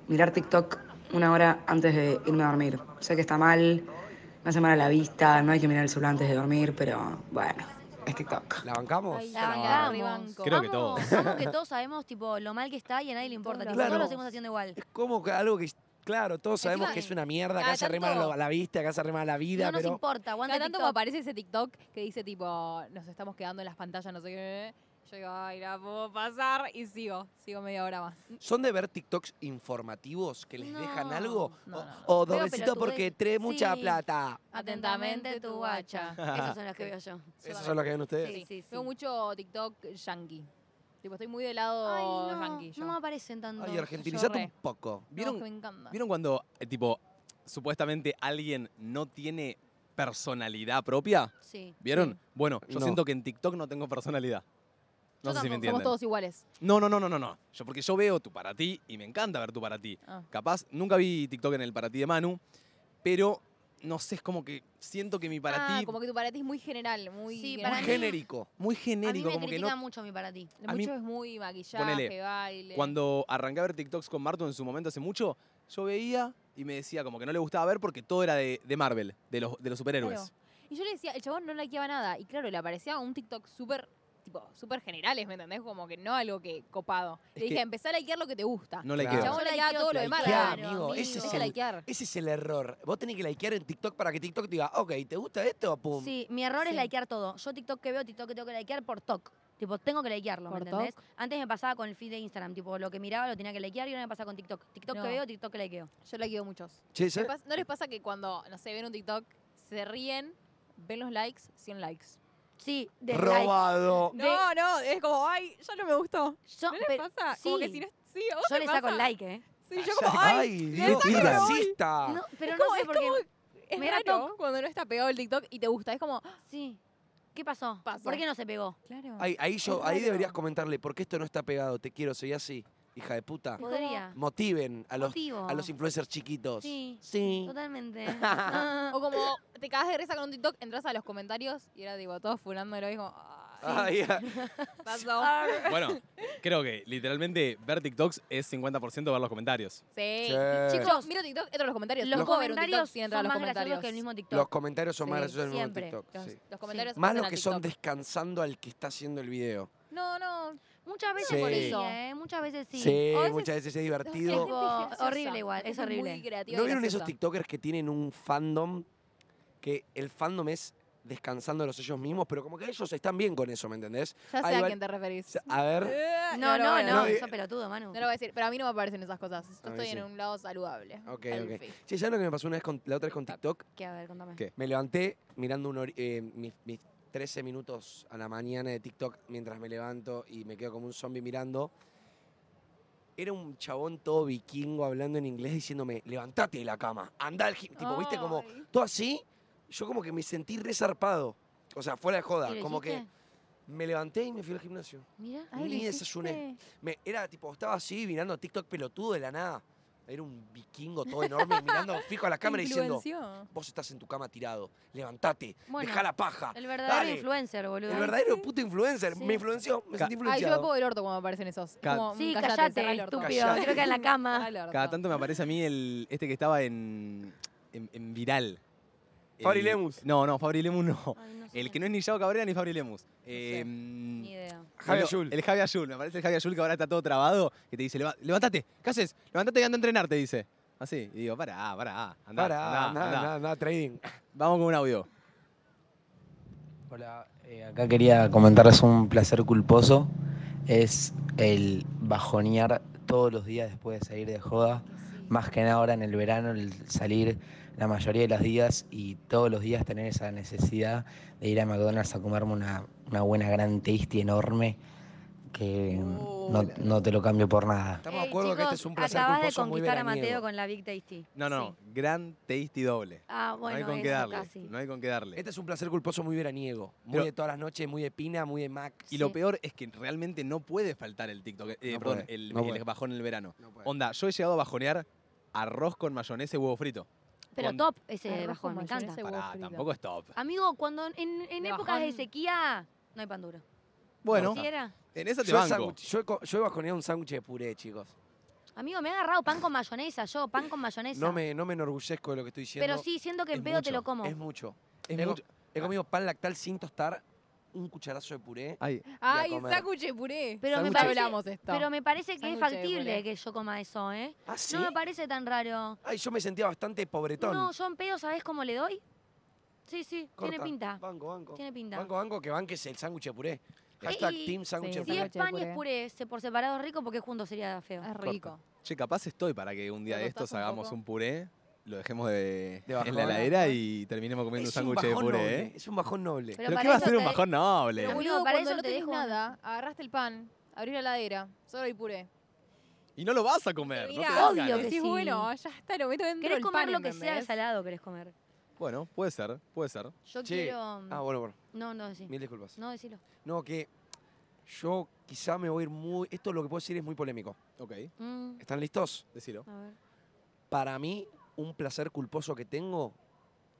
Speaker 6: mirar TikTok una hora antes de irme a dormir. Sé que está mal, me hace mal a la vista, no hay que mirar el celular antes de dormir, pero bueno, es TikTok.
Speaker 3: ¿La bancamos?
Speaker 4: Ay,
Speaker 2: La
Speaker 4: no,
Speaker 2: bancamos.
Speaker 4: rebanco.
Speaker 1: Creo que
Speaker 2: Amo-
Speaker 1: todos.
Speaker 2: amo que todos sabemos tipo lo mal que está y a nadie le importa.
Speaker 4: Todos
Speaker 2: Tipo,
Speaker 4: lo
Speaker 2: todos lo
Speaker 3: hacemos.
Speaker 2: seguimos haciendo igual.
Speaker 3: Es como que algo que, claro, todos sabemos
Speaker 4: Encima-
Speaker 3: que es una mierda, que
Speaker 4: cada
Speaker 3: hace re mal a
Speaker 4: tanto-
Speaker 3: la- la vista, que hace re mal a la vida,
Speaker 2: No nos
Speaker 3: pero...
Speaker 2: importa, aguanta
Speaker 4: Cada tanto me
Speaker 2: TikTok.
Speaker 4: aparece ese TikTok que dice tipo, nos estamos quedando en las pantallas, no sé qué. Yo digo, ay, la puedo pasar y sigo, sigo media hora más.
Speaker 3: ¿Son de ver TikToks informativos que les dejan
Speaker 2: No.
Speaker 3: algo?
Speaker 4: No,
Speaker 3: o
Speaker 4: no, no.
Speaker 3: o
Speaker 2: Veo
Speaker 3: doblecito
Speaker 2: pelotudez.
Speaker 3: porque trae mucha
Speaker 2: Sí.
Speaker 3: plata.
Speaker 2: Atentamente tu guacha. *laughs* Esos son los que veo yo.
Speaker 3: ¿Esos son los que ven ustedes?
Speaker 2: Sí, sí, sí.
Speaker 4: Veo mucho TikTok yankee. Tipo, estoy muy del lado
Speaker 2: Ay, no,
Speaker 4: yankee. yo.
Speaker 2: no me aparecen tanto.
Speaker 3: Ay, argentinizate
Speaker 4: re.
Speaker 3: un poco.
Speaker 4: No, es que
Speaker 1: ¿Vieron,
Speaker 4: me encanta.
Speaker 1: ¿Vieron cuando, eh, tipo, supuestamente alguien no tiene personalidad propia?
Speaker 2: Sí.
Speaker 1: ¿Vieron? Bueno, yo
Speaker 3: No.
Speaker 1: siento que en TikTok no tengo personalidad. No
Speaker 2: Yo
Speaker 1: sé si me
Speaker 2: tampoco. Somos
Speaker 1: entienden.
Speaker 4: Somos todos iguales.
Speaker 1: No, no, no, no, no, no. Yo porque yo veo tu para ti y me encanta ver tu para ti.
Speaker 4: Ah.
Speaker 1: Capaz, nunca vi TikTok en el para ti de Manu, pero no sé, es como que siento que mi para
Speaker 4: Ah,
Speaker 1: ti
Speaker 4: como que tu para ti es muy general, muy,
Speaker 2: Sí,
Speaker 4: general.
Speaker 2: para
Speaker 3: Muy
Speaker 2: mí-
Speaker 3: genérico.
Speaker 1: muy
Speaker 2: A mí
Speaker 1: genérico,
Speaker 2: me
Speaker 1: como que
Speaker 2: critica
Speaker 1: no.
Speaker 2: mucho mi para ti.
Speaker 1: a mí-
Speaker 4: Mucho es muy maquillaje,
Speaker 1: ponele,
Speaker 4: baile.
Speaker 1: Cuando arranqué a ver TikToks con Marto en su momento hace mucho, yo veía y me decía como que no le gustaba ver porque todo era de, de Marvel, de los, de los superhéroes.
Speaker 4: Claro. Y yo le decía, el chabón no likeaba nada. Y claro, le aparecía un TikTok súper, tipo, súper generales, ¿me entendés? Como que no algo que copado.
Speaker 1: Es
Speaker 4: le dije,
Speaker 1: que-
Speaker 4: empezá a likear lo que te gusta.
Speaker 1: No le
Speaker 3: Claro.
Speaker 4: El
Speaker 1: queda.
Speaker 2: Chabón,
Speaker 4: chabón
Speaker 2: Yo
Speaker 4: likeaba
Speaker 2: likeo
Speaker 4: todo lo
Speaker 2: todo.
Speaker 4: demás.
Speaker 3: Likeá,
Speaker 4: Claro,
Speaker 3: amigo, ese es
Speaker 4: Deja
Speaker 3: el-
Speaker 4: likear.
Speaker 3: Ese es el error. Vos tenés que likear en TikTok para que TikTok te diga, ok, ¿te gusta esto? Pum.
Speaker 2: Sí, mi error es
Speaker 4: Sí.
Speaker 2: likear todo. Yo TikTok que veo, TikTok que tengo que likear por TOC. Tipo, tengo que likearlo, ¿me
Speaker 4: Por
Speaker 2: entendés?
Speaker 4: toc.
Speaker 2: Antes me pasaba con el feed de Instagram. Tipo, lo que miraba lo tenía que likear y ahora me pasa con TikTok. TikTok
Speaker 4: No.
Speaker 2: que veo, TikTok que likeo.
Speaker 4: Yo likeo muchos.
Speaker 3: Che,
Speaker 4: ¿No
Speaker 3: ¿sabes?
Speaker 4: les pas- ¿No les pasa que cuando, no sé, ven un TikTok, se ríen, ven los likes, 100 likes?
Speaker 2: Sí, de
Speaker 3: Robado.
Speaker 2: De-
Speaker 4: No, no, es como, ay, ya no me gustó.
Speaker 2: like. Yo,
Speaker 4: ¿No les
Speaker 2: pero-
Speaker 4: pasa? Como que
Speaker 2: sí.
Speaker 4: si no, sí, ¿a vos
Speaker 2: yo
Speaker 4: te
Speaker 2: le saco
Speaker 4: pasa?
Speaker 2: el like, ¿eh?
Speaker 4: Sí, yo como, ay,
Speaker 3: Dios,
Speaker 4: esa
Speaker 3: qué
Speaker 4: no la voy.
Speaker 3: racista.
Speaker 2: No, pero
Speaker 4: es
Speaker 2: no
Speaker 4: como-
Speaker 2: sé
Speaker 4: es
Speaker 2: por qué.
Speaker 4: como- es
Speaker 2: Me da
Speaker 4: raro
Speaker 2: toc.
Speaker 4: cuando no está pegado el TikTok y te gusta. Es como,
Speaker 2: Sí. ¿Qué pasó?
Speaker 4: Pasó.
Speaker 2: ¿Por qué no se pegó?
Speaker 4: claro.
Speaker 3: Ahí, ahí yo,
Speaker 4: Es
Speaker 3: ahí
Speaker 4: raro.
Speaker 3: deberías comentarle, porque esto no está pegado, te quiero, soy así, hija de puta.
Speaker 4: como-
Speaker 2: Podría.
Speaker 3: Motiven a los,
Speaker 2: Motivo.
Speaker 3: a los influencers chiquitos.
Speaker 2: Sí,
Speaker 3: Sí. *laughs*
Speaker 2: totalmente.
Speaker 4: O como te cagas de risa con un TikTok, entras a los comentarios y era tipo todo fulándolo y como, ay,
Speaker 3: Ay, ah,
Speaker 4: *laughs* pasó.
Speaker 1: Bueno, creo que literalmente ver TikToks es 50% ver los comentarios.
Speaker 4: Sí.
Speaker 3: Sí.
Speaker 4: Chicos, miro TikTok, entro a los comentarios.
Speaker 2: los
Speaker 4: No puedo ver un
Speaker 2: comentarios
Speaker 4: TikTok sin
Speaker 2: son
Speaker 4: entrar a los
Speaker 2: más
Speaker 4: comentarios.
Speaker 2: graciosos que el mismo TikTok.
Speaker 3: los comentarios son más
Speaker 4: Sí,
Speaker 3: graciosos en el
Speaker 2: siempre.
Speaker 3: Tok.
Speaker 4: Los,
Speaker 3: sí.
Speaker 4: los comentarios
Speaker 3: Más
Speaker 4: hacen
Speaker 3: los
Speaker 4: al
Speaker 3: que son
Speaker 4: TikTok.
Speaker 3: descansando al que está haciendo el video.
Speaker 4: No, no.
Speaker 2: Muchas veces
Speaker 3: Sí.
Speaker 2: por eso, ¿eh? Muchas veces sí.
Speaker 3: Sí,
Speaker 4: O a veces-
Speaker 3: muchas veces es
Speaker 2: Es
Speaker 3: divertido.
Speaker 2: tipo horrible igual, es horrible.
Speaker 3: ¿No vieron esos TikTokers que tienen un fandom? Que el fandom es descansándolos ellos mismos, pero como que ellos están bien con eso, ¿me entendés?
Speaker 4: Ya sé
Speaker 3: Ahí
Speaker 4: a
Speaker 3: va-
Speaker 4: quién te referís.
Speaker 3: O sea, a ver,
Speaker 4: *laughs* Eh,
Speaker 2: No,
Speaker 4: lo
Speaker 2: no,
Speaker 4: voy a
Speaker 2: no,
Speaker 4: decir.
Speaker 2: sos pelotudo, Manu.
Speaker 4: No eh, lo voy a decir, pero a mí no me aparecen esas cosas.
Speaker 3: A
Speaker 4: Yo
Speaker 3: mí
Speaker 4: estoy
Speaker 3: sí.
Speaker 4: en un lado saludable.
Speaker 3: Ok,
Speaker 4: al
Speaker 3: ok.
Speaker 4: fin.
Speaker 3: che, ¿sabes lo que me pasó una vez con, la otra vez con TikTok?
Speaker 2: Que, a ver, contame.
Speaker 1: ¿Qué?
Speaker 3: Me levanté mirando un hor- eh, mis, mis 13 minutos a la mañana de TikTok mientras me levanto y me quedo como un zombie mirando. Era un chabón todo vikingo hablando en inglés diciéndome, levantate de la cama, anda al gim-". Tipo, viste como,
Speaker 4: Ay.
Speaker 3: todo así, yo como que me sentí resarpado. O sea, fuera de
Speaker 2: ¿Y
Speaker 3: joda.
Speaker 2: lo
Speaker 3: Como Ah, que
Speaker 2: hiciste?
Speaker 3: me levanté y me fui al gimnasio.
Speaker 2: Mira.
Speaker 3: Ay, Ni lo desayuné. Me, era tipo, estaba así mirando TikTok pelotudo de la nada. Era un vikingo todo enorme mirando fijo a la cámara diciendo,
Speaker 4: Influenció.
Speaker 3: vos estás en tu cama tirado, levantate,
Speaker 2: Bueno,
Speaker 3: dejá la paja.
Speaker 2: El verdadero
Speaker 3: Dale.
Speaker 2: influencer, boludo.
Speaker 3: El verdadero puto influencer.
Speaker 2: Sí.
Speaker 3: Me influenció, me
Speaker 1: Ca-
Speaker 3: sentí
Speaker 4: Ay, yo me
Speaker 3: influenciado.
Speaker 4: pongo el orto cuando me aparecen esos.
Speaker 1: Ca-
Speaker 4: Como,
Speaker 2: Sí,
Speaker 4: mm, callate,
Speaker 2: callate,
Speaker 4: cerrá el orto.
Speaker 2: estúpido.
Speaker 3: Callate.
Speaker 2: Creo que en
Speaker 4: *laughs*
Speaker 2: la cama.
Speaker 4: Cerrá el orto.
Speaker 1: Cada tanto me aparece a mí el este que estaba en, en, en viral. El-
Speaker 3: Fabri Lemus.
Speaker 1: No, no, Fabri Lemus no.
Speaker 2: Ay, no sé.
Speaker 1: El que no es ni Yao Cabrera ni Fabri Lemus.
Speaker 4: sé,
Speaker 1: Em,
Speaker 2: Ni idea.
Speaker 3: Javi
Speaker 1: Bueno,
Speaker 3: Ayul.
Speaker 1: El Javi Ayul, me parece el Javi Ayul que ahora está todo trabado, que te dice, "Leva- levantate, ¿qué haces? Levantate y anda a entrenar, te dice. Así, y digo, pará, pará, andá, andá,
Speaker 3: Pará, nada,
Speaker 1: andá".
Speaker 3: nada, nada, trading.
Speaker 1: Vamos con un audio.
Speaker 7: Hola, eh, acá quería comentarles un placer culposo. Es el bajonear todos los días después de salir de joda. Más que nada ahora en el verano, el salir la mayoría de los días y todos los días tener esa necesidad de ir a McDonald's a comerme una, una buena gran tasty enorme que mm, no,
Speaker 3: Hola.
Speaker 7: no te lo cambio por nada.
Speaker 3: Estamos de
Speaker 2: Ey,
Speaker 3: acuerdo que este
Speaker 2: chicos,
Speaker 3: es un placer
Speaker 2: Acabas de
Speaker 3: culposo muy
Speaker 2: conquistar a
Speaker 3: veraniego.
Speaker 2: Mateo con la Big Tasty.
Speaker 1: No, no,
Speaker 2: Sí.
Speaker 1: gran tasty doble.
Speaker 2: Ah,
Speaker 1: no hay
Speaker 2: bueno,
Speaker 1: con qué
Speaker 2: eso
Speaker 1: darle.
Speaker 2: casi.
Speaker 1: No hay con qué darle.
Speaker 3: Este es un placer culposo muy veraniego. Muy
Speaker 1: Pero-
Speaker 3: de todas las noches, muy de pina, muy de Mac.
Speaker 1: Y lo
Speaker 2: Sí.
Speaker 1: peor es que realmente no puede faltar el TikTok, eh,
Speaker 3: No
Speaker 1: perdón,
Speaker 3: puede,
Speaker 1: el,
Speaker 3: no
Speaker 1: el
Speaker 3: puede.
Speaker 1: bajón en el verano.
Speaker 3: No puede.
Speaker 1: Onda, yo he llegado a bajonear arroz con mayonesa y huevo frito.
Speaker 2: Pero
Speaker 1: Con-
Speaker 2: top ese
Speaker 4: Arroz
Speaker 2: bajón,
Speaker 4: con
Speaker 2: me
Speaker 4: mayonesa
Speaker 2: encanta.
Speaker 4: y huevo
Speaker 1: Pará,
Speaker 4: frito.
Speaker 1: tampoco es top.
Speaker 2: Amigo, cuando en, en
Speaker 4: De
Speaker 2: épocas de
Speaker 4: bajón.
Speaker 2: sequía no hay pan duro.
Speaker 1: Bueno,
Speaker 2: ¿Sí era?
Speaker 1: en esa te
Speaker 3: Yo, he
Speaker 1: banco.
Speaker 3: sanguch- yo, he co- yo he bajoneado un sándwich de puré, chicos.
Speaker 2: Amigo, me he agarrado pan con mayonesa, yo, pan con mayonesa.
Speaker 3: No me, no me enorgullezco de lo que estoy diciendo.
Speaker 2: Pero sí, siento que
Speaker 3: Es
Speaker 2: en pedo
Speaker 3: mucho,
Speaker 2: te lo como.
Speaker 3: Es mucho.
Speaker 1: Es
Speaker 3: he, co-
Speaker 1: mucho-
Speaker 3: he comido pan lactal sin tostar, un cucharazo de puré.
Speaker 2: Ah,
Speaker 1: Ay,
Speaker 4: Ay,
Speaker 3: comer.
Speaker 4: sándwich de puré.
Speaker 2: Pero me
Speaker 4: Nunca
Speaker 2: parece-
Speaker 4: hablamos de esto.
Speaker 2: Pero me parece que es
Speaker 4: Sándwich de
Speaker 2: factible
Speaker 4: puré.
Speaker 2: que yo coma eso, ¿eh?
Speaker 3: ¿Ah, sí?
Speaker 2: No me parece tan raro.
Speaker 3: Ay, yo me sentía bastante pobretón.
Speaker 2: No, yo en pedo, ¿sabés cómo le doy? Sí, sí,
Speaker 3: Corta.
Speaker 2: tiene pinta.
Speaker 3: Banco, banco.
Speaker 2: Tiene pinta.
Speaker 3: Banco, banco, que banques el sándwich de puré. Hashtag
Speaker 2: y-
Speaker 3: team sándwich
Speaker 4: sí,
Speaker 3: de
Speaker 2: Si
Speaker 4: sí,
Speaker 3: puré.
Speaker 2: es
Speaker 4: Sándwich de
Speaker 2: pan y es
Speaker 4: puré.
Speaker 2: puré, se- por separado rico, porque juntos sería feo.
Speaker 4: es rico.
Speaker 1: che, capaz estoy para que un día
Speaker 4: ¿Te
Speaker 1: de estos
Speaker 4: cortás un
Speaker 1: hagamos
Speaker 4: poco?
Speaker 1: un puré, lo dejemos de,
Speaker 3: De
Speaker 1: en la
Speaker 3: bajón.
Speaker 1: heladera y terminemos comiendo un
Speaker 3: Es
Speaker 1: sándwich de
Speaker 3: bajón
Speaker 1: puré,
Speaker 3: noble,
Speaker 1: ¿eh?
Speaker 3: Es un bajón noble.
Speaker 2: Pero
Speaker 1: Pero,
Speaker 2: para
Speaker 1: ¿qué va a
Speaker 2: eso
Speaker 1: ser un
Speaker 2: te-
Speaker 1: bajón noble?
Speaker 4: Pero
Speaker 2: Amigo,
Speaker 4: boludo,
Speaker 2: para
Speaker 4: cuando
Speaker 2: eso
Speaker 4: no
Speaker 2: te
Speaker 4: tenés
Speaker 2: dejo
Speaker 4: nada, agarraste el pan, abrís la heladera, solo hay puré.
Speaker 1: Y no lo vas a comer. No te
Speaker 4: Mirá,
Speaker 1: dan
Speaker 2: obvio
Speaker 1: ganas.
Speaker 2: que
Speaker 4: decís,
Speaker 2: sí.
Speaker 4: bueno, ya está, lo meto dentro
Speaker 2: ¿Querés
Speaker 4: del
Speaker 2: comer
Speaker 4: pan,
Speaker 2: lo que sea de
Speaker 4: ¿entendés?
Speaker 2: salado? ¿Querés comer?
Speaker 1: Bueno, puede ser, puede ser.
Speaker 2: Yo
Speaker 3: Che,
Speaker 2: quiero.
Speaker 4: mm,
Speaker 3: Ah, bueno, bueno.
Speaker 2: No, no, sí.
Speaker 3: Mil disculpas.
Speaker 2: No, decilo.
Speaker 3: No, que yo quizá me voy a ir muy... Esto lo que puedo decir es muy polémico.
Speaker 1: Ok,
Speaker 2: Mm,
Speaker 3: ¿Están listos?
Speaker 1: decilo.
Speaker 2: a ver.
Speaker 3: Para mí, un placer culposo que tengo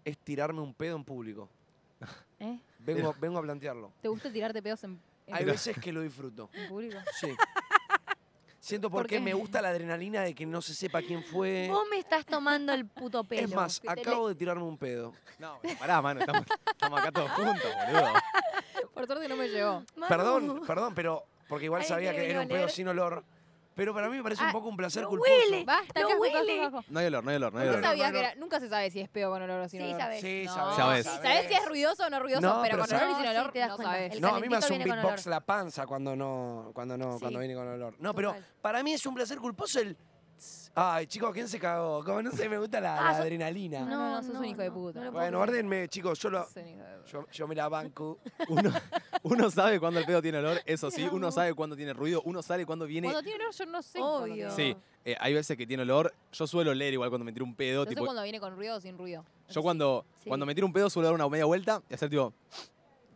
Speaker 3: es tirarme un pedo en público.
Speaker 4: ¿Eh?
Speaker 3: Vengo, vengo a plantearlo.
Speaker 4: ¿Te gusta tirarte pedos en, en-
Speaker 3: Hay veces que lo disfruto.
Speaker 4: en público?
Speaker 3: Sí. Siento
Speaker 4: ¿Por
Speaker 3: porque
Speaker 4: qué?
Speaker 3: me gusta la adrenalina de que no se sepa quién fue.
Speaker 2: Vos me estás tomando el puto pelo.
Speaker 3: Eh, Es más,
Speaker 4: que te
Speaker 3: acabo de tirarme un pedo.
Speaker 1: No, bueno, *laughs* pará, mano, estamos, estamos acá todos juntos, boludo.
Speaker 4: Por suerte no me llegó.
Speaker 2: Manu. *laughs*
Speaker 3: Perdón, perdón, pero porque igual
Speaker 2: Ay,
Speaker 3: sabía
Speaker 2: que
Speaker 3: que
Speaker 2: vino
Speaker 3: era
Speaker 2: a
Speaker 3: un pedo
Speaker 2: oler.
Speaker 3: sin olor. Pero para mí me parece un
Speaker 4: Ah,
Speaker 3: poco un placer
Speaker 2: no
Speaker 3: culposo.
Speaker 2: huele.
Speaker 4: Basta,
Speaker 2: No
Speaker 4: cajo,
Speaker 2: huele.
Speaker 4: cajo, cajo.
Speaker 1: No hay olor, no hay olor, no hay
Speaker 4: No
Speaker 1: olor.
Speaker 3: no,
Speaker 4: sabías que era, nunca se sabe si es peo con olor o sin
Speaker 2: Sí,
Speaker 4: olor.
Speaker 2: sabes.
Speaker 3: Sí,
Speaker 4: No.
Speaker 3: sabes.
Speaker 1: Sabés.
Speaker 4: Sabés si es ruidoso o no ruidoso,
Speaker 3: No,
Speaker 4: pero,
Speaker 3: pero
Speaker 4: con olor y
Speaker 2: sabés.
Speaker 4: sin
Speaker 2: No,
Speaker 4: olor
Speaker 2: sí, te das
Speaker 4: no
Speaker 2: cuenta.
Speaker 4: sabés.
Speaker 2: El
Speaker 3: No, a mí me
Speaker 2: calentito
Speaker 3: hace un
Speaker 2: viene con
Speaker 3: beatbox
Speaker 2: olor.
Speaker 3: la panza cuando no, cuando no,
Speaker 2: Sí.
Speaker 3: cuando viene con olor. No, pero
Speaker 2: Total.
Speaker 3: para mí es un placer culposo el. tss. Ay, chicos, ¿quién se cagó? Como no sé, me gusta la,
Speaker 2: Ah,
Speaker 3: la
Speaker 2: yo-
Speaker 3: adrenalina.
Speaker 4: No, no, no, sos un hijo de puta.
Speaker 2: lo puedo
Speaker 3: bueno,
Speaker 2: creer.
Speaker 3: órdenme, chicos, yo, lo,
Speaker 4: Sí, hijo de-
Speaker 3: yo, yo me la banco. *laughs*
Speaker 1: Uno, uno sabe cuándo el pedo tiene olor, eso sí, uno sabe cuándo tiene ruido, uno sabe cuándo viene.
Speaker 4: Cuando tiene olor yo no sé. cuando tiene
Speaker 2: Obvio.
Speaker 4: olor.
Speaker 1: Sí, eh, hay veces que tiene olor. Yo suelo leer igual cuando me tiro un pedo.
Speaker 4: No sé
Speaker 1: tipo,
Speaker 4: cuando viene con ruido o sin ruido. *laughs* Eso
Speaker 1: yo
Speaker 4: sí.
Speaker 1: cuando,
Speaker 2: Sí.
Speaker 1: cuando me tiro un pedo suelo dar una media vuelta y hacer tipo.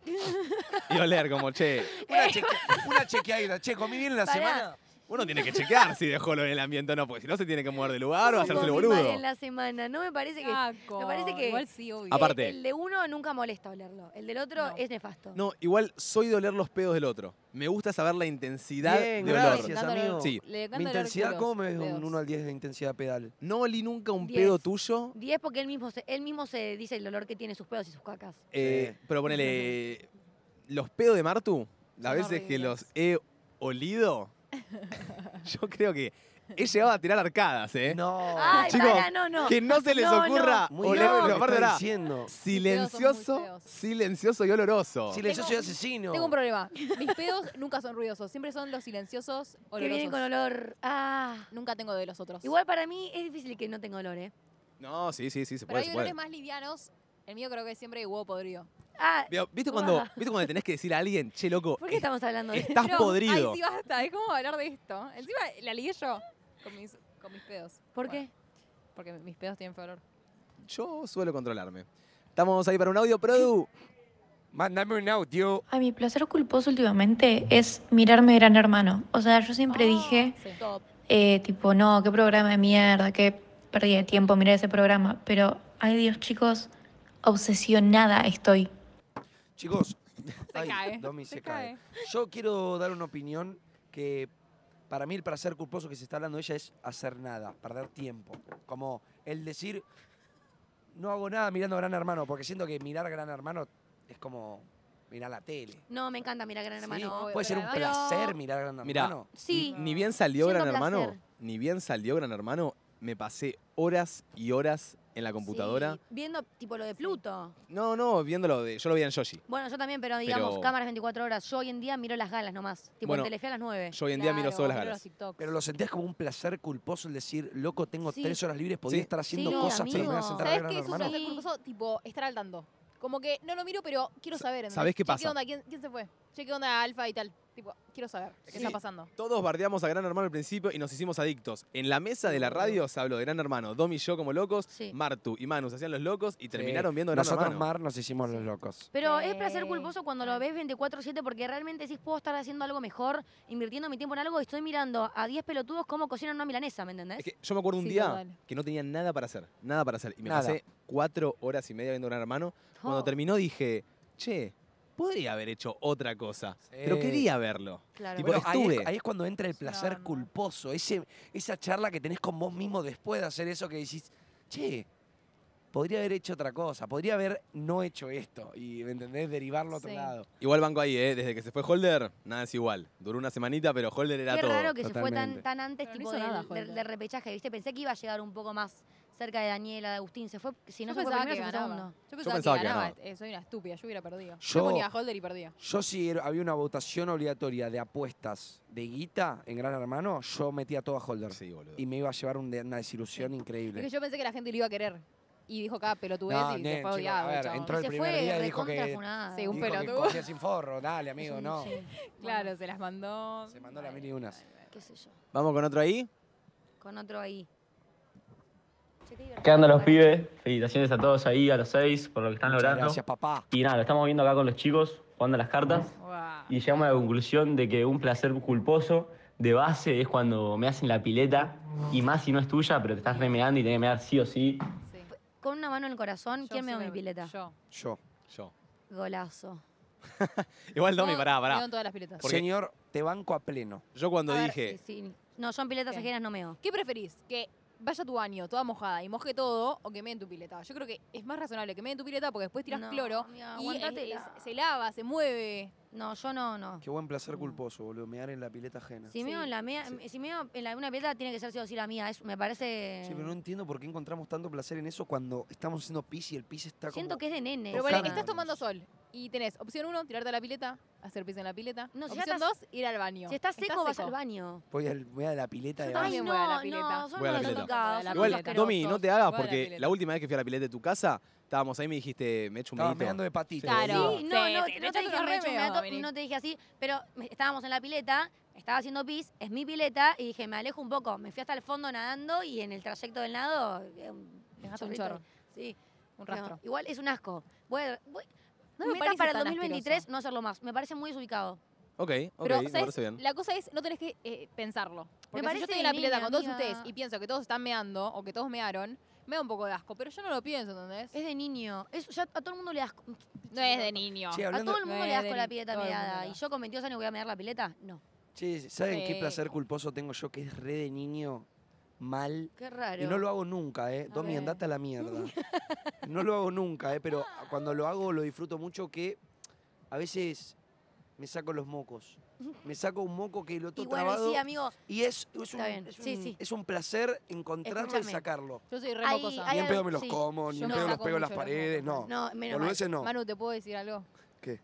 Speaker 1: y oler, como che.
Speaker 3: Una, cheque- una chequeadita. Che, comí bien en la
Speaker 2: Pará.
Speaker 3: semana.
Speaker 1: Uno tiene que checar si dejó olor en el ambiente o no, porque si no se tiene que mover de lugar o
Speaker 2: ¿Cómo
Speaker 1: hacerse el
Speaker 2: comí mal
Speaker 1: boludo.
Speaker 2: en la semana. No me parece que.
Speaker 4: Caco,
Speaker 2: me parece que-
Speaker 4: Igual sí, obvio.
Speaker 1: Aparte-
Speaker 2: El de uno nunca molesta olerlo. El del otro
Speaker 4: No.
Speaker 2: es nefasto.
Speaker 1: No, igual soy de oler los pedos del otro. Me gusta saber la intensidad
Speaker 3: Bien,
Speaker 1: de
Speaker 4: Le
Speaker 1: olor.
Speaker 3: gracias.
Speaker 4: encanta el
Speaker 3: amigo.
Speaker 4: olor.
Speaker 1: Sí.
Speaker 4: Le encanta
Speaker 3: Mi
Speaker 4: el olor
Speaker 3: intensidad,
Speaker 4: culos,
Speaker 3: ¿cómo me ves
Speaker 4: pedos.
Speaker 3: un 1 al 10 de intensidad pedal?
Speaker 1: No olí nunca un
Speaker 2: Diez.
Speaker 1: pedo tuyo.
Speaker 2: Diez porque él mismo, se, él mismo se dice el olor que tiene sus pedos y sus cacas.
Speaker 1: Eh, Pero ponele. Los pedos de Martu, las
Speaker 4: Son
Speaker 1: veces que
Speaker 4: horribles.
Speaker 1: los he olido, yo creo que he llegado a tirar arcadas, ¿eh?
Speaker 3: No.
Speaker 2: Ay,
Speaker 1: Chicos,
Speaker 2: para, no, no.
Speaker 1: Que no se les
Speaker 2: No, no.
Speaker 1: ocurra
Speaker 3: Muy
Speaker 1: oler.
Speaker 3: grave lo
Speaker 1: pero
Speaker 3: que
Speaker 1: aparte
Speaker 3: está
Speaker 1: ahora,
Speaker 3: diciendo.
Speaker 4: Los pedos son muy
Speaker 1: silencioso,
Speaker 4: feos.
Speaker 1: silencioso y oloroso.
Speaker 3: Silencioso y asesino.
Speaker 4: Tengo un problema. Mis pedos nunca son ruidosos. Siempre son los silenciosos o
Speaker 2: Que
Speaker 4: los
Speaker 2: viene con olor. Ah.
Speaker 4: Nunca tengo de los otros.
Speaker 2: Igual para mí es difícil que no tenga olor, ¿eh?
Speaker 1: no, sí, sí, sí, se
Speaker 4: Pero
Speaker 1: puede,
Speaker 4: hay
Speaker 1: se
Speaker 4: olores
Speaker 1: puede.
Speaker 4: más livianos. El mío creo que es siempre huevo podrido.
Speaker 2: Ah,
Speaker 1: Pero, ¿Viste cuando,
Speaker 2: Guau.
Speaker 1: ¿Viste cuando tenés que decir a alguien, che, loco,
Speaker 2: ¿por qué
Speaker 1: es-
Speaker 2: estamos hablando de
Speaker 1: estás
Speaker 4: Pero,
Speaker 1: podrido?
Speaker 4: Ay, sí, basta. Es como hablar de esto. Encima la ligué yo con mis, con mis pedos.
Speaker 2: ¿Por
Speaker 4: Bueno,
Speaker 2: qué?
Speaker 4: porque mis pedos tienen feo olor.
Speaker 1: Yo suelo controlarme. Estamos ahí para un audio, Produ.
Speaker 3: Mándame un audio.
Speaker 8: Ay, mi placer culposo últimamente es mirarme Gran Hermano. O sea, yo siempre
Speaker 4: Ah,
Speaker 8: dije
Speaker 4: sí.
Speaker 8: eh, tipo, no, qué programa de mierda, qué pérdida de tiempo mirar ese programa. Pero, ay Dios, chicos, obsesionada estoy.
Speaker 3: Chicos,
Speaker 4: Se
Speaker 3: ay,
Speaker 4: cae,
Speaker 3: Domi
Speaker 4: se
Speaker 3: se cae. Yo quiero dar una opinión que para mí el placer culposo que se está hablando de ella es hacer nada, perder tiempo. Como el decir, no hago nada mirando Gran Hermano, porque siento que mirar Gran Hermano es como mirar la tele.
Speaker 2: No, me encanta mirar Gran
Speaker 3: Sí,
Speaker 2: Hermano. Pues,
Speaker 3: Puede ser un
Speaker 4: pero-
Speaker 3: placer mirar Gran
Speaker 1: Mirá,
Speaker 3: Hermano.
Speaker 2: Sí.
Speaker 1: Ni bien salió
Speaker 2: Siento
Speaker 1: Gran Hermano,
Speaker 2: placer.
Speaker 1: ni bien salió Gran Hermano, me pasé horas y horas en la computadora.
Speaker 2: Sí, viendo tipo lo de Pluto.
Speaker 1: No, no, viéndolo de. Yo lo veía en Yoshi.
Speaker 2: Bueno, yo también, pero digamos,
Speaker 1: Pero-
Speaker 2: cámaras 24 horas. Yo hoy en día miro las galas nomás. Tipo
Speaker 1: Bueno,
Speaker 2: en Telefe a las 9.
Speaker 1: Yo hoy en día miro solo las galas.
Speaker 3: Pero lo sentías como un placer culposo el decir, loco, tengo
Speaker 2: Sí.
Speaker 3: tres horas libres, podría
Speaker 1: Sí.
Speaker 3: estar haciendo
Speaker 2: Sí,
Speaker 3: cosas, pero me voy a
Speaker 2: amigo.
Speaker 3: sentar a
Speaker 4: ¿Sabes
Speaker 3: ver
Speaker 4: qué
Speaker 3: Gran
Speaker 4: es un
Speaker 3: Hermano.
Speaker 4: placer culposo? Tipo, estar al tanto. Como que no lo miro, pero quiero saber. ¿entendés?
Speaker 1: ¿sabés qué
Speaker 4: Che,
Speaker 1: pasa?
Speaker 4: onda? ¿Quién, quién se fue? Che, ¿qué onda Alfa y tal? Tipo, quiero saber qué
Speaker 1: Sí.
Speaker 4: está pasando.
Speaker 1: Todos bardeamos a Gran Hermano al principio y nos hicimos adictos. En la mesa de la radio se habló de Gran Hermano, Dom y yo como locos,
Speaker 2: Sí.
Speaker 1: Martu y Manu se hacían los locos y terminaron viendo Gran
Speaker 3: Nosotros,
Speaker 1: Hermano.
Speaker 3: Mar, nos hicimos los locos.
Speaker 2: Pero es
Speaker 4: Sí.
Speaker 2: placer culposo cuando lo ves 24-7 porque realmente decís, puedo estar haciendo algo mejor, invirtiendo mi tiempo en algo y estoy mirando a 10 pelotudos cómo cocinan una milanesa, ¿me entendés?
Speaker 1: Es que yo me acuerdo un
Speaker 4: Sí,
Speaker 1: día
Speaker 4: total.
Speaker 1: que no tenía nada para hacer, nada para hacer. Y me
Speaker 3: Nada.
Speaker 1: pasé cuatro horas y media viendo Gran Hermano. Cuando
Speaker 2: Oh,
Speaker 1: terminó dije, che, podría haber hecho otra cosa, pero
Speaker 3: Sí.
Speaker 1: quería verlo.
Speaker 2: claro.
Speaker 1: tipo,
Speaker 3: Bueno, ahí,
Speaker 1: estuve.
Speaker 3: es, ahí es cuando entra el
Speaker 4: Es una
Speaker 3: placer
Speaker 4: banda.
Speaker 3: culposo, ese, esa charla que tenés con vos mismo después de hacer eso que decís, che, podría haber hecho otra cosa, podría haber no hecho esto y, ¿me entendés? Derivarlo a otro
Speaker 4: Sí.
Speaker 3: lado.
Speaker 1: Igual banco ahí, ¿eh? Desde que se fue Holder, nada es igual. Duró una semanita, pero Holder era
Speaker 2: Qué
Speaker 1: todo.
Speaker 2: raro que se fue tan,
Speaker 3: totalmente.
Speaker 2: tan antes
Speaker 4: Pero no
Speaker 2: tipo
Speaker 4: hizo
Speaker 2: del,
Speaker 4: nada,
Speaker 2: del-
Speaker 4: Holder.
Speaker 2: del repechaje, ¿viste? Pensé que iba a llegar un poco más cerca de Daniela, de Agustín. Se fue, si no
Speaker 4: yo,
Speaker 2: se fue
Speaker 4: pensaba
Speaker 2: primero, se
Speaker 4: que
Speaker 2: fue
Speaker 4: ganaba.
Speaker 2: segundo.
Speaker 4: yo pensaba
Speaker 1: pensaba
Speaker 4: que
Speaker 1: que
Speaker 4: ganaba.
Speaker 1: ganaba.
Speaker 4: Eh, soy una estúpida, yo hubiera perdido. Yo,
Speaker 3: Yo-
Speaker 4: ponía a Holder y perdía.
Speaker 3: Yo si era- había una votación obligatoria de apuestas de guita en Gran Hermano, yo metía todo a Holder.
Speaker 1: Sí, boludo.
Speaker 3: Y me iba a llevar un de- una desilusión
Speaker 4: Es que
Speaker 3: increíble.
Speaker 4: yo pensé que la gente lo iba a querer. Y dijo cada pelotudez
Speaker 3: No,
Speaker 4: y
Speaker 3: nen,
Speaker 4: se fue
Speaker 3: chicos,
Speaker 4: odiado.
Speaker 3: a ver,
Speaker 4: chabón.
Speaker 3: entró- Yo el
Speaker 2: se
Speaker 3: primer
Speaker 2: fue
Speaker 3: día y dijo
Speaker 2: recontra
Speaker 3: que-
Speaker 2: funada.
Speaker 4: Sí, un
Speaker 3: Dijo que
Speaker 4: pelotudo.
Speaker 3: cogía sin forro, dale,
Speaker 2: Es
Speaker 3: amigo,
Speaker 2: un-
Speaker 3: no.
Speaker 2: *laughs* sí,
Speaker 4: Claro, se las mandó.
Speaker 3: Se mandó las
Speaker 4: Ay,
Speaker 3: mil y unas.
Speaker 4: ay, ay.
Speaker 2: qué sé yo.
Speaker 1: Vamos con otro ahí.
Speaker 2: Con otro ahí. Che,
Speaker 9: ¿Qué andan los
Speaker 2: divertido.
Speaker 9: pibes? Felicitaciones a todos ahí, a los seis, por lo que están
Speaker 3: Muchas
Speaker 9: logrando.
Speaker 3: gracias, papá.
Speaker 9: Y nada, lo estamos viendo acá con los chicos, jugando a las cartas.
Speaker 4: Guau.
Speaker 9: Y llegamos a la conclusión de que un placer culposo de base es cuando me hacen la pileta. Y más si no es tuya, pero te estás remeando y tenés que mear sí o sí.
Speaker 4: Sí.
Speaker 2: Con una mano en el corazón,
Speaker 4: Yo
Speaker 2: ¿quién me da
Speaker 4: sí
Speaker 2: mi pileta?
Speaker 4: Yo.
Speaker 3: Yo.
Speaker 1: Yo.
Speaker 2: Golazo.
Speaker 1: Igual, Domi,
Speaker 4: Yo
Speaker 1: pará,
Speaker 4: meo
Speaker 1: pará.
Speaker 4: en todas las piletas.
Speaker 1: Porque-
Speaker 3: Señor, te banco a pleno.
Speaker 1: Yo cuando
Speaker 4: A ver,
Speaker 1: dije,
Speaker 2: Sí, sí. No, yo en piletas
Speaker 4: ¿Qué?
Speaker 2: ajenas no meo.
Speaker 4: ¿Qué preferís? ¿Que vaya a tu baño toda mojada y moje todo o que me en tu pileta? Yo creo que es más razonable que me en tu pileta porque después tiras
Speaker 2: No,
Speaker 4: cloro
Speaker 2: amiga,
Speaker 4: y es-
Speaker 2: aguantatela.
Speaker 4: es- se lava, se mueve.
Speaker 2: No, yo no, no.
Speaker 3: Qué buen placer culposo, boludo. Me en la pileta ajena.
Speaker 2: Si meo en la mía,
Speaker 3: Sí.
Speaker 2: si meo en la de una pileta tiene que ser sí o sí la mía, es- me parece
Speaker 3: Sí, pero no entiendo por qué encontramos tanto placer en eso cuando estamos haciendo pis y el pis está
Speaker 2: Siento
Speaker 3: como...
Speaker 2: que es de nene.
Speaker 3: Tocar-
Speaker 4: Pero bueno,
Speaker 2: encima.
Speaker 4: estás tomando sol y tenés opción uno, tirarte a la pileta, hacer pis en la pileta.
Speaker 2: No, si ya
Speaker 4: opción
Speaker 2: estás-
Speaker 4: dos, ir al baño.
Speaker 2: si estás seco, vas al baño.
Speaker 3: Voy, al- voy a la pileta
Speaker 4: Yo
Speaker 3: de
Speaker 4: también.
Speaker 3: baño.
Speaker 2: Ay,
Speaker 4: voy a la
Speaker 2: no,
Speaker 4: pileta.
Speaker 2: no, son
Speaker 1: Voy a la
Speaker 2: unos
Speaker 1: pileta.
Speaker 2: tocados, son
Speaker 1: Igual,
Speaker 2: unos
Speaker 4: pileta.
Speaker 2: asquerosos.
Speaker 1: Domi, no te hagas
Speaker 4: Voy a la
Speaker 1: porque la,
Speaker 4: pileta.
Speaker 1: última vez que fui a la pileta de tu casa, estábamos ahí y me dijiste, me echo un
Speaker 3: Estaba
Speaker 1: medito.
Speaker 3: meando de patito.
Speaker 2: Sí,
Speaker 4: Claro.
Speaker 2: no,
Speaker 4: Sí,
Speaker 2: no,
Speaker 4: sí, le
Speaker 2: no te
Speaker 4: echas
Speaker 2: dije
Speaker 4: unos
Speaker 2: me echo un
Speaker 4: remeos,
Speaker 2: gato,
Speaker 4: vení.
Speaker 2: no te dije así, pero me- estábamos en la pileta, estaba haciendo pis, es mi pileta, y dije, me alejo un poco. Me fui hasta el fondo nadando y en el trayecto del nado... eh, un
Speaker 4: Dejaste un
Speaker 2: chorrito.
Speaker 4: chorro,
Speaker 2: Sí, no,
Speaker 4: un rastro.
Speaker 2: igual es un asco. Voy a- voy-
Speaker 4: No me
Speaker 2: meta
Speaker 4: parece
Speaker 2: para el
Speaker 4: tan
Speaker 2: 2023
Speaker 4: asqueroso.
Speaker 2: no hacerlo más. Me parece muy desubicado.
Speaker 1: Ok, ok,
Speaker 4: Pero,
Speaker 1: me
Speaker 4: ¿sabes?
Speaker 1: parece bien.
Speaker 4: La cosa es, no tenés que eh, pensarlo. Porque si
Speaker 2: parece
Speaker 4: yo estoy en
Speaker 2: de
Speaker 4: la pileta
Speaker 2: nena,
Speaker 4: con todos
Speaker 2: amiga.
Speaker 4: ustedes y pienso que todos están meando o que todos mearon, me da un poco de asco, pero yo no lo pienso, ¿entendés?
Speaker 2: Es de niño. Es, ya a todo el mundo le das...
Speaker 4: No es de niño.
Speaker 3: Che,
Speaker 2: A
Speaker 3: hablando-
Speaker 2: todo el mundo
Speaker 4: No
Speaker 2: le
Speaker 4: es
Speaker 2: das
Speaker 4: de
Speaker 2: con la
Speaker 4: ni-
Speaker 2: pileta
Speaker 4: todo el mundo le
Speaker 2: meada.
Speaker 4: da.
Speaker 2: ¿Y yo con 22 años voy a mear la pileta? No.
Speaker 3: Che, ¿saben qué
Speaker 4: Sí.
Speaker 3: placer culposo tengo yo que es re de niño mal?
Speaker 2: Qué raro.
Speaker 3: Y no lo hago nunca, ¿eh?
Speaker 4: A
Speaker 3: Domi,
Speaker 4: ver.
Speaker 3: andate a la mierda. no lo hago nunca, ¿eh? Pero cuando lo hago lo disfruto mucho que a veces me saco los mocos. Me saco un moco que lo
Speaker 2: Y
Speaker 3: tengo
Speaker 2: bueno,
Speaker 3: trabado
Speaker 2: y sí, amigo.
Speaker 3: y es, es, un,
Speaker 2: Está bien.
Speaker 3: es, un,
Speaker 2: Sí, sí.
Speaker 3: es un placer encontrarlo
Speaker 2: Escúchame.
Speaker 3: y sacarlo.
Speaker 4: Yo soy re
Speaker 2: Hay-
Speaker 4: mocosa.
Speaker 2: hay
Speaker 3: Ni en pedo
Speaker 2: algo-
Speaker 3: me los
Speaker 2: sí.
Speaker 3: como, ni
Speaker 4: Yo
Speaker 3: en
Speaker 4: me
Speaker 3: pedo los
Speaker 4: saco
Speaker 3: pego en las
Speaker 4: mucho los
Speaker 3: paredes,
Speaker 4: mocos.
Speaker 3: no.
Speaker 2: No, menos mal.
Speaker 3: Boludeces no.
Speaker 4: Manu, ¿te puedo decir algo?
Speaker 3: ¿Qué?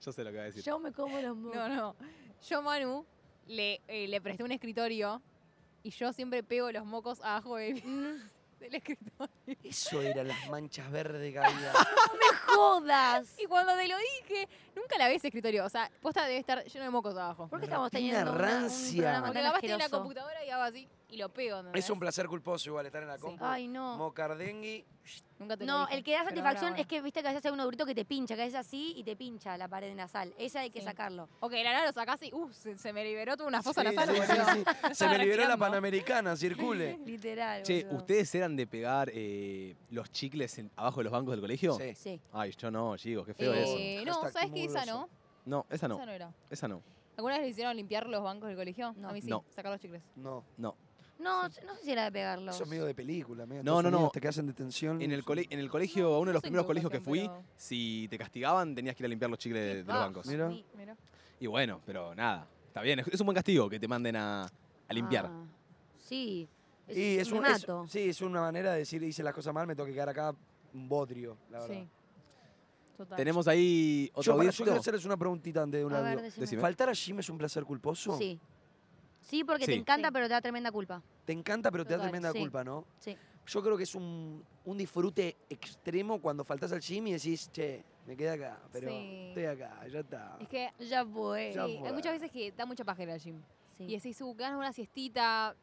Speaker 1: Yo sé lo que va a decir.
Speaker 2: Yo me como los mocos.
Speaker 4: No, no. Yo, Manu, le, eh, le presté un escritorio y yo siempre pego los mocos abajo de-
Speaker 2: Mm.
Speaker 4: *laughs* del escritorio.
Speaker 3: Eso eran las manchas
Speaker 2: *laughs*
Speaker 3: verdes que había.
Speaker 2: ¡Jodas!
Speaker 4: Y cuando te lo dije, nunca la ves escritorio. O sea, posta debe estar lleno de mocos abajo.
Speaker 2: ¿Por qué estamos
Speaker 3: Rapina
Speaker 2: teniendo una, un
Speaker 3: rancia.
Speaker 2: programa
Speaker 4: Porque
Speaker 2: tan
Speaker 4: la vas en la
Speaker 2: asqueroso?
Speaker 4: computadora y hago así. y lo pego. ¿entendés?
Speaker 3: Es un placer culposo igual estar en la
Speaker 4: Sí.
Speaker 3: compu.
Speaker 2: Ay, no.
Speaker 3: Mocardengui.
Speaker 4: Nunca te lo
Speaker 2: No,
Speaker 4: dije,
Speaker 2: el que da
Speaker 4: pero
Speaker 2: satisfacción
Speaker 4: ahora,
Speaker 2: es que, viste, que a veces hay uno durito que te pincha, que es así y te pincha la pared nasal. Esa hay que
Speaker 4: Sí.
Speaker 2: sacarlo.
Speaker 4: bueno. Ok, la nada lo sacás y, uh, se, se me liberó, tuve una fosa
Speaker 3: Sí,
Speaker 4: nasal.
Speaker 3: sí, sí,
Speaker 4: boludo.
Speaker 3: sí.
Speaker 2: *laughs*
Speaker 3: Se me liberó
Speaker 4: Estaba
Speaker 3: la
Speaker 4: respirando.
Speaker 3: panamericana, circule.
Speaker 2: Literal.
Speaker 1: Che,
Speaker 2: boludo.
Speaker 1: ¿ustedes eran de pegar eh, los chicles en- abajo de los bancos del colegio?
Speaker 3: Sí.
Speaker 2: Sí.
Speaker 1: Ay, yo no, chicos, qué feo eso.
Speaker 4: Eh, no,
Speaker 3: Hashtag
Speaker 4: ¿sabes qué? Esa
Speaker 3: mugroso.
Speaker 4: no.
Speaker 1: No, esa no,
Speaker 4: Esa no era.
Speaker 1: esa no.
Speaker 4: ¿Alguna vez le hicieron limpiar los bancos del colegio?
Speaker 2: No.
Speaker 4: A mí sí,
Speaker 1: No.
Speaker 4: sacar los chicles.
Speaker 3: No.
Speaker 2: No, no sé si era de pegarlos.
Speaker 3: Eso es medio de película, medio de
Speaker 1: No, no,
Speaker 3: Estados
Speaker 1: no.
Speaker 3: Unidos, Te quedas en detención.
Speaker 1: En el, cole- en el colegio,
Speaker 4: No,
Speaker 1: uno de
Speaker 4: no
Speaker 1: los
Speaker 4: sé en
Speaker 1: primeros
Speaker 4: qué
Speaker 1: colegios que fui,
Speaker 4: educación, pero-
Speaker 1: si te castigaban tenías que ir a limpiar los chicles de, de los
Speaker 2: Ah,
Speaker 1: bancos.
Speaker 3: Mira.
Speaker 2: sí.
Speaker 4: Mira.
Speaker 1: Y bueno, pero nada, está bien, es, es un buen castigo que te manden a, a limpiar.
Speaker 2: Ah, sí. Es
Speaker 3: Y es
Speaker 2: un
Speaker 3: un, es-
Speaker 2: mato.
Speaker 3: sí, es una manera de decir, hice las cosas mal, me tengo que quedar acá un bodrio, la verdad.
Speaker 4: Sí. Total.
Speaker 1: Tenemos ahí otro
Speaker 3: Yo, para- yo
Speaker 1: audiocito.
Speaker 3: quiero hacerles una preguntita antes de una
Speaker 2: A ver,
Speaker 3: duda.
Speaker 2: decime.
Speaker 1: Decime.
Speaker 3: ¿Faltar a Jim es un placer culposo?
Speaker 2: Sí. Sí, porque te
Speaker 1: Sí.
Speaker 2: encanta,
Speaker 4: Sí.
Speaker 2: pero te da tremenda culpa.
Speaker 3: Te encanta, pero te da
Speaker 4: Total,
Speaker 3: tremenda
Speaker 2: sí.
Speaker 3: culpa, ¿no?
Speaker 2: Sí.
Speaker 3: Yo creo que es un, un disfrute extremo cuando faltás al gym y decís, che, me quedé acá, pero
Speaker 4: Sí.
Speaker 3: estoy acá, ya está.
Speaker 4: Es que
Speaker 2: Ya fue.
Speaker 4: sí,
Speaker 3: Ya
Speaker 4: hay
Speaker 3: fue.
Speaker 4: muchas veces que da mucha paja ir al gym.
Speaker 2: Sí.
Speaker 4: Y decís, uh, ganas una siestita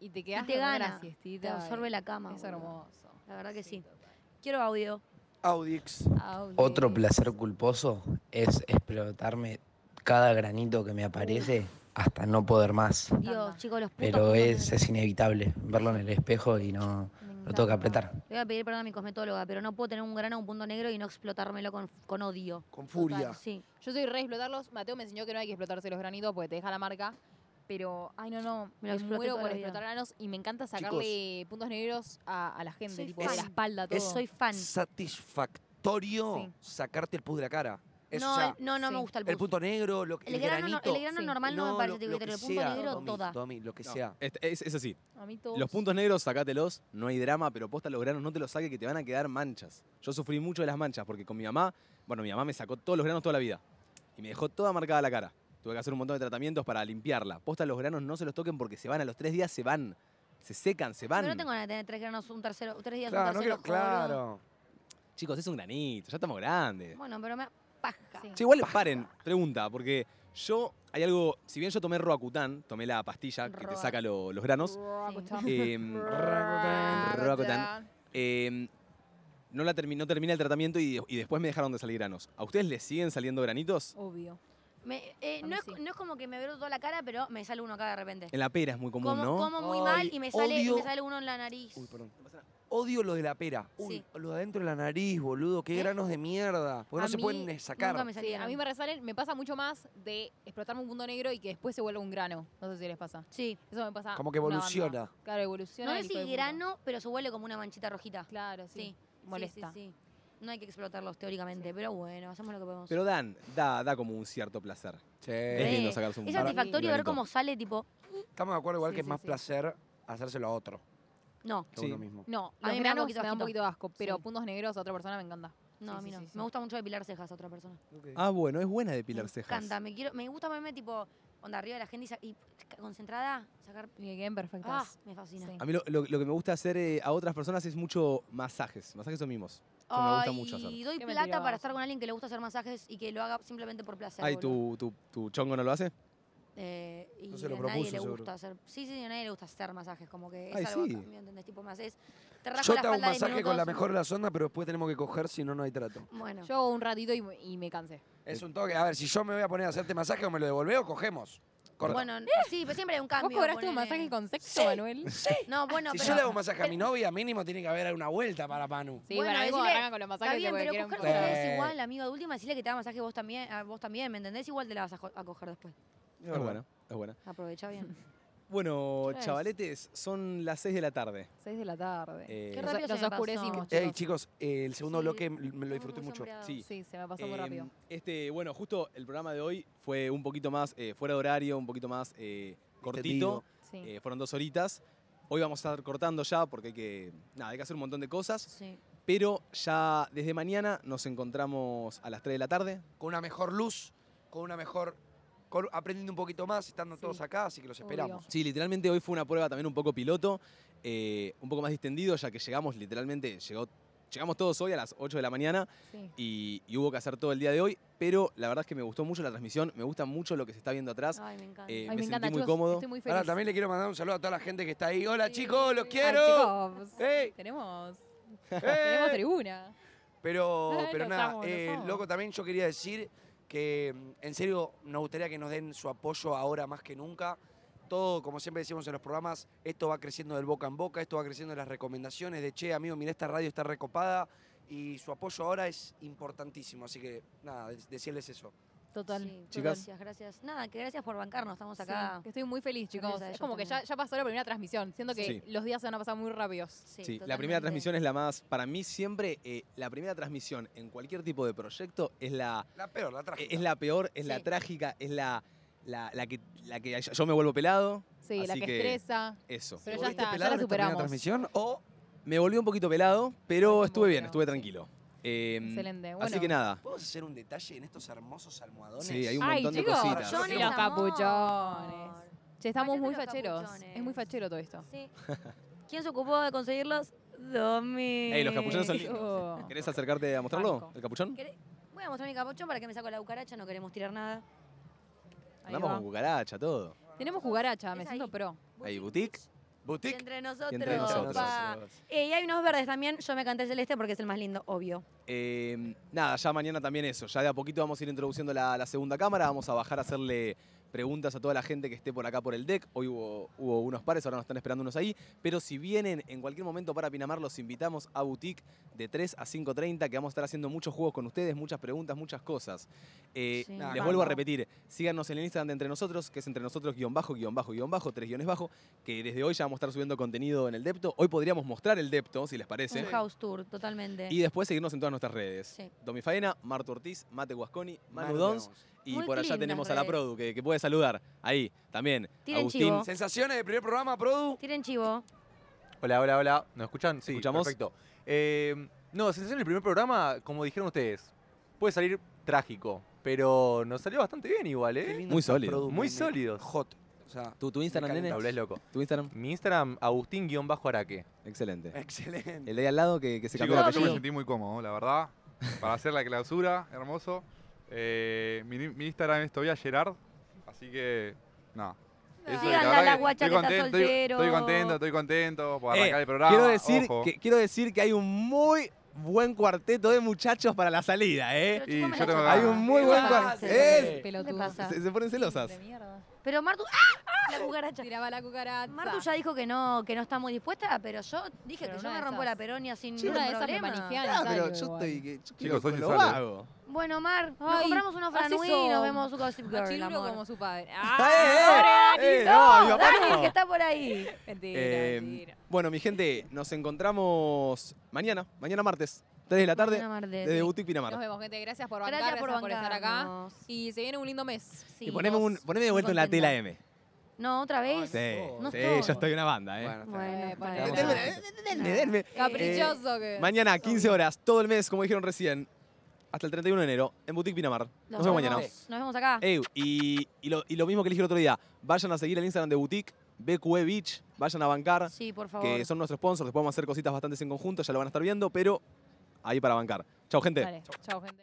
Speaker 4: y te quedás
Speaker 2: te
Speaker 4: con una
Speaker 2: gana,
Speaker 4: siestita.
Speaker 2: Te absorbe
Speaker 4: y-
Speaker 2: la cama.
Speaker 4: Es
Speaker 2: boludo.
Speaker 4: hermoso.
Speaker 2: La verdad que sí.
Speaker 4: total. Ah,
Speaker 2: Quiero audio.
Speaker 3: Audix.
Speaker 4: Audio.
Speaker 7: Otro placer culposo es explotarme cada granito que me aparece hasta no poder más.
Speaker 2: Dios,
Speaker 4: Tanda.
Speaker 2: chicos, los putos.
Speaker 7: Pero
Speaker 2: puntos
Speaker 7: es,
Speaker 2: negros.
Speaker 7: es inevitable verlo en el espejo y no,
Speaker 4: Me
Speaker 7: lo tengo que
Speaker 4: encanta.
Speaker 7: apretar.
Speaker 2: Le voy a pedir perdón a mi cosmetóloga, pero no puedo tener un grano o un punto negro y no explotármelo con, con odio.
Speaker 3: Con furia.
Speaker 2: Sí.
Speaker 4: Yo soy re de explotarlos. Mateo me enseñó que no hay que explotarse los granitos porque te deja la marca. Pero, ay, no, no.
Speaker 2: Me lo
Speaker 4: Me,
Speaker 2: exploté
Speaker 4: muero
Speaker 2: toda
Speaker 4: por
Speaker 2: la vida.
Speaker 4: explotar granos y me encanta sacarle puntos negros a, a la gente,
Speaker 2: Soy
Speaker 4: tipo
Speaker 3: fan.
Speaker 4: de la espalda, todo.
Speaker 3: Es-
Speaker 2: Soy fan.
Speaker 3: Satisfactorio sacarte el pus de la cara. Es,
Speaker 2: no,
Speaker 3: o sea,
Speaker 2: el- no, no me
Speaker 4: sí.
Speaker 2: gusta el
Speaker 3: el
Speaker 2: pus.
Speaker 3: punto negro, lo que
Speaker 2: El
Speaker 3: el
Speaker 2: grano no- el
Speaker 3: granito,
Speaker 2: grano
Speaker 4: sí.
Speaker 2: normal no me
Speaker 3: lo-
Speaker 2: parece,
Speaker 3: lo
Speaker 2: tipo, pero
Speaker 3: que
Speaker 2: el punto
Speaker 3: sea,
Speaker 2: negro
Speaker 3: Tommy,
Speaker 2: toda.
Speaker 3: Tommy, lo que
Speaker 1: No,
Speaker 3: sea.
Speaker 1: es, Este, es- es así.
Speaker 4: A mí todos.
Speaker 1: Los puntos negros, sacátelos, no hay drama, pero posta los granos no te los saques que te van a quedar manchas. Yo sufrí mucho de las manchas porque con mi mamá, bueno, mi mamá me sacó todos los granos toda la vida y me dejó toda marcada la cara. Tuve que hacer un montón de tratamientos para limpiarla. Posta los granos no se los toquen porque se van, a los tres días se van. Se secan, se van.
Speaker 2: Pero no tengo ganas de tener tres granos, un tercero, tres días,
Speaker 3: Claro,
Speaker 2: un
Speaker 3: no
Speaker 2: tercero.
Speaker 3: quiero-
Speaker 2: boludo.
Speaker 3: claro.
Speaker 1: Chicos, es un granito, ya estamos grandes.
Speaker 2: Bueno, pero me paja.
Speaker 4: Sí.
Speaker 1: Che, igual paren, pregunta, porque yo, hay algo, si bien yo tomé Roacutan, tomé la pastilla que te
Speaker 2: Roa.
Speaker 1: saca lo- los granos,
Speaker 4: Roacutan.
Speaker 2: *laughs*
Speaker 1: em, Roacutan. em, no, la termi- no terminé el tratamiento y, y después me dejaron de salir granos. ¿A ustedes les siguen saliendo granitos?
Speaker 4: *laughs* Obvio.
Speaker 2: Me- eh,
Speaker 4: A
Speaker 2: no,
Speaker 4: mí
Speaker 2: es,
Speaker 4: sí.
Speaker 2: no es como que me veo toda la cara, pero me sale uno acá de repente.
Speaker 1: En la pera es muy común,
Speaker 2: como,
Speaker 1: ¿no?
Speaker 2: como muy
Speaker 3: Ay,
Speaker 2: mal y me sale, y me
Speaker 3: odio-
Speaker 2: sale uno en la nariz.
Speaker 3: Uy, perdón. Odio lo de la pera. Uy,
Speaker 2: Sí.
Speaker 3: lo de adentro de la nariz, boludo. Qué
Speaker 2: ¿Eh?
Speaker 3: granos de mierda. Porque
Speaker 2: A
Speaker 3: no se
Speaker 2: mí
Speaker 3: pueden eh, sacar.
Speaker 2: Nunca me
Speaker 4: Sí,
Speaker 2: salieron.
Speaker 4: a mí me resalen, me pasa mucho más de explotarme un punto negro y que después se vuelva un grano. No sé si les pasa.
Speaker 2: Sí.
Speaker 4: Eso me pasa.
Speaker 3: Como que
Speaker 4: una banda.
Speaker 3: evoluciona.
Speaker 4: Claro, evoluciona.
Speaker 2: No
Speaker 4: el
Speaker 2: es
Speaker 4: hijo de
Speaker 2: si
Speaker 4: puta.
Speaker 2: grano, pero se vuelve como una manchita rojita.
Speaker 4: Claro, sí.
Speaker 2: Sí,
Speaker 4: Molesta.
Speaker 2: Sí, sí, sí. No hay que explotarlos teóricamente, pero bueno, hacemos lo que podemos.
Speaker 1: Pero dan, da, da como un cierto placer. Es
Speaker 2: Re.
Speaker 1: lindo sacarse un
Speaker 2: es
Speaker 4: para-
Speaker 2: satisfactorio ver
Speaker 1: granito.
Speaker 2: cómo sale, tipo,
Speaker 3: Estamos de acuerdo igual
Speaker 4: Sí,
Speaker 3: que es
Speaker 4: sí,
Speaker 3: más
Speaker 4: sí.
Speaker 3: placer hacérselo a otro
Speaker 2: no,
Speaker 3: que a
Speaker 1: Sí.
Speaker 3: uno mismo.
Speaker 4: No,
Speaker 2: A mí me
Speaker 4: los
Speaker 2: da un
Speaker 4: granos me
Speaker 2: poquito
Speaker 4: da un
Speaker 2: asquito.
Speaker 4: poquito de asco, pero
Speaker 2: Sí.
Speaker 4: puntos negros a otra persona me encanta.
Speaker 2: no,
Speaker 4: Sí,
Speaker 2: a mí
Speaker 4: sí,
Speaker 2: no.
Speaker 4: sí, sí.
Speaker 2: Me gusta mucho depilar cejas a otra persona.
Speaker 1: Ah, bueno, es buena depilar
Speaker 2: me
Speaker 1: cejas.
Speaker 2: encanta, me quiero, me gusta ponerme tipo onda arriba de la gente y, sa- y concentrada, sacar
Speaker 4: Y que queden perfectas.
Speaker 2: ah, me fascina.
Speaker 4: Sí.
Speaker 1: A mí lo, lo- lo que me gusta hacer eh, a otras personas es mucho masajes, masajes o mimos. Yo me gusta mucho hacer.
Speaker 2: Y doy
Speaker 4: Qué
Speaker 2: plata para
Speaker 4: mentiroso.
Speaker 2: estar con alguien que le gusta hacer masajes y que lo haga simplemente por placer.
Speaker 1: Ay, ¿tu,
Speaker 2: boludo.
Speaker 1: tu, tu chongo no lo hace?
Speaker 2: Eh, y
Speaker 3: No se lo
Speaker 2: a nadie
Speaker 3: propuso,
Speaker 2: le
Speaker 3: seguro.
Speaker 2: gusta hacer. Sí, sí, a nadie le gusta hacer masajes, como que es
Speaker 1: Ay,
Speaker 2: algo
Speaker 1: sí.
Speaker 2: acá, ¿me entendés? Tipo, me haces. Te rajo
Speaker 3: Yo
Speaker 2: la
Speaker 3: te hago un
Speaker 2: espalda 10
Speaker 3: masaje con la
Speaker 2: minutos.
Speaker 3: mejor de las ondas, pero después tenemos que coger, si no, no hay trato.
Speaker 2: Bueno,
Speaker 4: Yo un ratito y, y me cansé.
Speaker 3: Es un toque. A ver, si yo me voy a poner a hacerte masaje o me lo devolvés o cogemos. Corta.
Speaker 2: bueno, sí, pero siempre hay un cambio.
Speaker 4: ¿Vos cobraste un
Speaker 2: Ah, ponele.
Speaker 4: masaje con sexo,
Speaker 3: Sí.
Speaker 2: *laughs*
Speaker 4: Manuel?
Speaker 2: No, bueno,
Speaker 3: si
Speaker 2: pero. eh,
Speaker 3: yo le hago masaje a mi novia, mínimo tiene que haber una vuelta para Manu.
Speaker 4: Sí,
Speaker 2: Bueno,
Speaker 4: para mí cuando
Speaker 2: decile-
Speaker 4: arrancan con los masajes
Speaker 2: Está bien,
Speaker 4: porque
Speaker 2: pero
Speaker 4: quieren
Speaker 2: cogerse
Speaker 3: coger.
Speaker 4: coger.
Speaker 2: es
Speaker 3: Eh.
Speaker 2: igual, amigo. De última, decirle que te haga masaje vos también, a vos también, ¿me entendés? Igual te la vas a, jo- a coger después.
Speaker 1: Es buena, es buena.
Speaker 2: Aprovecha bien.
Speaker 1: Bueno,
Speaker 4: Ya es.
Speaker 1: chavaletes, son las 6 de la tarde.
Speaker 4: 6 de la tarde.
Speaker 1: Eh,
Speaker 2: Qué
Speaker 4: Nos-
Speaker 2: rápido se
Speaker 4: nos
Speaker 2: me pasó.
Speaker 4: oscurecimos, chicos.
Speaker 3: Ey, chicos, eh, el *laughs* segundo
Speaker 2: Sí.
Speaker 3: bloque me lo disfruté
Speaker 2: Estamos muy
Speaker 3: mucho.
Speaker 2: sombreados.
Speaker 1: Sí.
Speaker 4: Sí, se me pasó muy
Speaker 1: Em,
Speaker 4: rápido.
Speaker 1: Este, bueno, justo el programa de hoy fue un poquito más eh, fuera de horario, un poquito más eh, cortito.
Speaker 4: Sí.
Speaker 1: Eh, fueron dos horitas. Hoy vamos a estar cortando ya porque hay que, nada, hay que hacer un montón de cosas.
Speaker 2: Sí.
Speaker 1: Pero ya desde mañana nos encontramos a las 3 de la tarde.
Speaker 3: Con una mejor luz, con una mejor. con- aprendiendo un poquito más, estando
Speaker 4: Sí.
Speaker 3: todos acá, así que los
Speaker 4: Obvio.
Speaker 3: esperamos.
Speaker 1: Sí, literalmente hoy fue una prueba también un poco piloto, eh, un poco más distendido, ya que llegamos, literalmente llegó llegamos todos hoy a las 8 de la mañana
Speaker 4: Sí.
Speaker 1: y, y hubo que hacer todo el día de hoy, pero la verdad es que me gustó mucho la transmisión, me gusta mucho lo que se está viendo
Speaker 4: Ah,
Speaker 1: atrás.
Speaker 2: Ay, me encanta.
Speaker 1: eh,
Speaker 4: Ay,
Speaker 1: me,
Speaker 4: me encanta,
Speaker 1: sentí muy
Speaker 4: chicos,
Speaker 1: cómodo.
Speaker 4: Estoy muy feliz.
Speaker 3: Ahora también le quiero mandar un saludo a toda la gente que está ahí. Hola
Speaker 4: Sí.
Speaker 3: chicos, los
Speaker 4: Ay,
Speaker 3: quiero.
Speaker 4: chicos,
Speaker 3: ¡Ey!
Speaker 4: tenemos,
Speaker 3: ¡Eh!
Speaker 4: *laughs* tenemos tribuna.
Speaker 3: Pero,
Speaker 4: Ay,
Speaker 3: pero
Speaker 4: los
Speaker 3: nada,
Speaker 4: amo, los
Speaker 3: eh,
Speaker 4: amo.
Speaker 3: loco, también yo quería decir que mm, en serio nos gustaría que nos den su apoyo ahora más que nunca. Todo, como siempre decimos en los programas, esto va creciendo del boca en boca, esto va creciendo en las recomendaciones de che, amigo, mira, esta radio está recopada y su apoyo ahora es importantísimo. Así que nada, de- decirles eso.
Speaker 4: Total.
Speaker 2: Sí,
Speaker 1: Chicas.
Speaker 2: Gracias, gracias. Nada, que gracias por bancarnos. Estamos
Speaker 4: Sí,
Speaker 2: acá.
Speaker 4: que estoy muy feliz, chicos.
Speaker 2: Gracias a
Speaker 4: Es
Speaker 2: ellos
Speaker 4: como que ya,
Speaker 2: también.
Speaker 4: ya pasó la primera transmisión. Siento que
Speaker 1: Sí.
Speaker 4: los días se van a pasar muy rápidos.
Speaker 2: Sí,
Speaker 1: Sí, la primera
Speaker 2: totalmente.
Speaker 1: transmisión es la más, para mí siempre, eh, la primera transmisión en cualquier tipo de proyecto es la, eh,
Speaker 3: La peor, la traje.
Speaker 1: es la peor, es la
Speaker 2: Sí.
Speaker 1: trágica, es la, la, la que, la que yo me vuelvo pelado,
Speaker 4: Sí, la
Speaker 1: Así
Speaker 4: que,
Speaker 1: que-
Speaker 4: estresa.
Speaker 1: eso.
Speaker 4: Pero ya está, ya la
Speaker 3: primera
Speaker 4: superamos.
Speaker 3: transmisión o
Speaker 1: Me volví un poquito pelado, pero
Speaker 4: Muy
Speaker 1: estuve bien,
Speaker 4: bueno,
Speaker 1: estuve
Speaker 4: sí.
Speaker 1: tranquilo. Eh,
Speaker 4: Excelente. Bueno,
Speaker 1: Así que nada,
Speaker 3: podemos hacer un detalle en estos hermosos almohadones.
Speaker 1: sí, hay un
Speaker 4: Ay,
Speaker 1: montón de
Speaker 4: chicos,
Speaker 1: cositas.
Speaker 4: yo
Speaker 2: John
Speaker 4: Y
Speaker 2: es
Speaker 4: los
Speaker 2: amor.
Speaker 4: capuchones. che, estamos
Speaker 2: Ayer
Speaker 4: muy
Speaker 2: los
Speaker 4: facheros.
Speaker 2: capuchones.
Speaker 4: Es muy fachero todo esto.
Speaker 2: Sí. ¿Quién se ocupó de conseguirlos? Domi.
Speaker 1: Ey, los capuchones
Speaker 4: *laughs*
Speaker 1: son lindos.
Speaker 4: Eso.
Speaker 1: ¿Querés acercarte a mostrarlo,
Speaker 4: Banco.
Speaker 1: el capuchón?
Speaker 2: ¿Querés? Voy a mostrar mi capuchón para que me saco la cucaracha, no queremos tirar nada.
Speaker 4: Ahí
Speaker 1: Andamos
Speaker 4: va.
Speaker 1: con cucaracha, todo.
Speaker 4: Tenemos jugaracha, me
Speaker 2: Es
Speaker 4: siento
Speaker 2: ahí.
Speaker 4: pro.
Speaker 1: Ahí, boutique.
Speaker 2: Y
Speaker 3: Boutique.
Speaker 2: entre nosotros.
Speaker 1: Y entre nosotros.
Speaker 2: pa. Eh, y hay unos verdes también, yo me canté el celeste porque es el más lindo, obvio.
Speaker 1: Eh, nada, ya mañana también eso. Ya de a poquito vamos a ir introduciendo la, la segunda cámara. Vamos a bajar a hacerle preguntas a toda la gente que esté por acá por el deck. Hoy hubo, hubo unos pares, ahora nos están esperando unos ahí. Pero si vienen en cualquier momento para Pinamar, los invitamos a Boutique de 3 a 5.30, que vamos a estar haciendo muchos juegos con ustedes, muchas preguntas, muchas cosas. Eh,
Speaker 2: Sí.
Speaker 1: les
Speaker 3: Nada,
Speaker 1: vuelvo a
Speaker 3: vamos.
Speaker 1: repetir, síganos en el Instagram de Entre Nosotros, que es Entre Nosotros guión bajo, guión bajo, guión bajo, tres guiones bajo, que desde hoy ya vamos a estar subiendo contenido en el Depto. Hoy podríamos mostrar el Depto, si les parece.
Speaker 2: Un house tour, totalmente.
Speaker 1: Y después seguirnos en todas nuestras redes.
Speaker 2: Sí.
Speaker 1: Domi Faena, Marto Ortiz, Mate Guasconi, Manu
Speaker 3: Manu
Speaker 1: Dons.
Speaker 3: Dons.
Speaker 1: Y
Speaker 2: Muy
Speaker 1: por allá
Speaker 2: lindas
Speaker 1: tenemos a la
Speaker 2: redes.
Speaker 1: Produ, que, que puede saludar. Ahí, también.
Speaker 2: Tiren
Speaker 1: Agustín.
Speaker 2: chivo.
Speaker 3: Sensaciones del primer programa, Produ.
Speaker 2: Tiren chivo.
Speaker 10: Hola, hola, hola. ¿Nos escuchan? Sí,
Speaker 1: ¿Escuchamos?
Speaker 10: perfecto. Eh, no, sensación del primer programa, como dijeron ustedes, puede salir trágico, pero nos salió bastante bien igual,
Speaker 3: Qué
Speaker 10: ¿eh?
Speaker 3: lindo
Speaker 1: Muy
Speaker 3: está
Speaker 1: sólido.
Speaker 3: Produ,
Speaker 10: Muy
Speaker 3: nene.
Speaker 10: sólidos.
Speaker 3: Hot. O sea,
Speaker 1: ¿Tu, tu Instagram,
Speaker 3: Me
Speaker 1: nene?
Speaker 10: Te volvés loco.
Speaker 1: ¿Tu Instagram?
Speaker 10: Mi Instagram, Agustín-Araque.
Speaker 3: Eh,
Speaker 1: Excelente.
Speaker 3: excelente.
Speaker 1: El de ahí al lado que, que se cambió
Speaker 5: Chicos,
Speaker 1: de
Speaker 5: yo me
Speaker 1: apellido.
Speaker 5: sentí muy cómodo, la verdad. Para hacer la clausura, hermoso. Eh, mi, mi Instagram es todavía Gerard, así que. No. Eso,
Speaker 2: Síganla,
Speaker 5: verdad
Speaker 2: la
Speaker 5: que
Speaker 2: guacha
Speaker 5: estoy
Speaker 2: que está
Speaker 5: contento, estoy-
Speaker 2: soltero.
Speaker 5: Estoy, contento, estoy contento por arrancar
Speaker 1: Eh,
Speaker 5: el programa.
Speaker 1: quiero, decir
Speaker 5: ojo.
Speaker 1: que, quiero decir que hay un muy buen cuarteto de muchachos para la salida, ¿eh?
Speaker 2: Pero chupame
Speaker 5: yo
Speaker 2: la
Speaker 5: tengo
Speaker 2: chapa.
Speaker 5: ganas. Hay
Speaker 1: un muy buen
Speaker 2: Ah,
Speaker 1: cuarto.
Speaker 2: sí.
Speaker 1: ¡Eh!
Speaker 4: Pelotudo.
Speaker 2: pasa?
Speaker 1: Se, se ponen *laughs* celosas.
Speaker 4: De mierda.
Speaker 2: Pero Martu. ¡Ah! La cucaracha.
Speaker 4: Tiraba la cucaracha.
Speaker 2: Martu ya dijo que no, que no está muy dispuesta, pero yo dije
Speaker 4: Pero
Speaker 2: que yo
Speaker 4: una
Speaker 2: me
Speaker 4: de
Speaker 2: rompo
Speaker 4: esas.
Speaker 2: la peronia sin
Speaker 4: Che,
Speaker 2: ningún
Speaker 4: una de esas me
Speaker 2: problema.
Speaker 4: manijean.
Speaker 1: Ah, pero
Speaker 4: Salió
Speaker 1: yo
Speaker 4: igual.
Speaker 1: estoy... que- yo
Speaker 5: Chicos,
Speaker 1: quiero
Speaker 5: hoy se
Speaker 1: lo
Speaker 5: sale.
Speaker 1: vago.
Speaker 2: Bueno, Mar, nos
Speaker 4: Ay,
Speaker 2: compramos una
Speaker 4: así
Speaker 2: franui y nos
Speaker 4: son.
Speaker 2: vemos su Gossip Girl,
Speaker 4: Machiruro
Speaker 2: amor.
Speaker 4: como su padre.
Speaker 1: ¡Ah, eh, eh!
Speaker 4: ¡Dani!
Speaker 1: ¡Eh, no, mi
Speaker 2: No,
Speaker 1: papá
Speaker 2: Dani,
Speaker 1: no!
Speaker 2: que está por ahí.
Speaker 4: Ah, Mentira,
Speaker 1: Eh,
Speaker 4: mentira.
Speaker 1: bueno, mi gente, nos encontramos mañana, mañana martes, 3 de la tarde,
Speaker 2: Buena, Martes.
Speaker 1: desde Boutique
Speaker 4: Nos
Speaker 1: Pinamar.
Speaker 4: vemos, gente. Gracias por bancar,
Speaker 2: Gracias por,
Speaker 4: estar acá.
Speaker 2: bancarnos.
Speaker 4: Y se viene un lindo mes.
Speaker 2: Sí.
Speaker 1: Y poneme, un, poneme de
Speaker 2: muy
Speaker 1: vuelta en la
Speaker 2: contenta.
Speaker 1: tela M.
Speaker 2: No, otra vez.
Speaker 1: Sí,
Speaker 2: No
Speaker 1: sí,
Speaker 2: estoy.
Speaker 1: yo estoy una banda, ¿eh?
Speaker 3: Bueno, está bien.
Speaker 2: Bueno,
Speaker 4: Eh,
Speaker 2: para-
Speaker 4: ponele.
Speaker 1: Denme,
Speaker 4: Denme,
Speaker 1: denme, denme.
Speaker 4: Caprichoso que.
Speaker 1: Mañana, 15 horas, todo el mes, como dijeron recién, hasta el 31 de enero, en Boutique Pinamar. Nos vemos mañana.
Speaker 2: Eh,
Speaker 1: Eh,
Speaker 2: Nos vemos acá.
Speaker 1: Ey, y, y lo, y lo mismo que les dije el otro día, vayan a seguir el Instagram de Boutique, BQE Beach, vayan a bancar,
Speaker 2: Sí, por favor.
Speaker 1: que son nuestros sponsors, después vamos a hacer cositas bastantes en conjunto, ya lo van a estar viendo, pero ahí para bancar. Chau, gente.
Speaker 4: Dale. Chau, gente.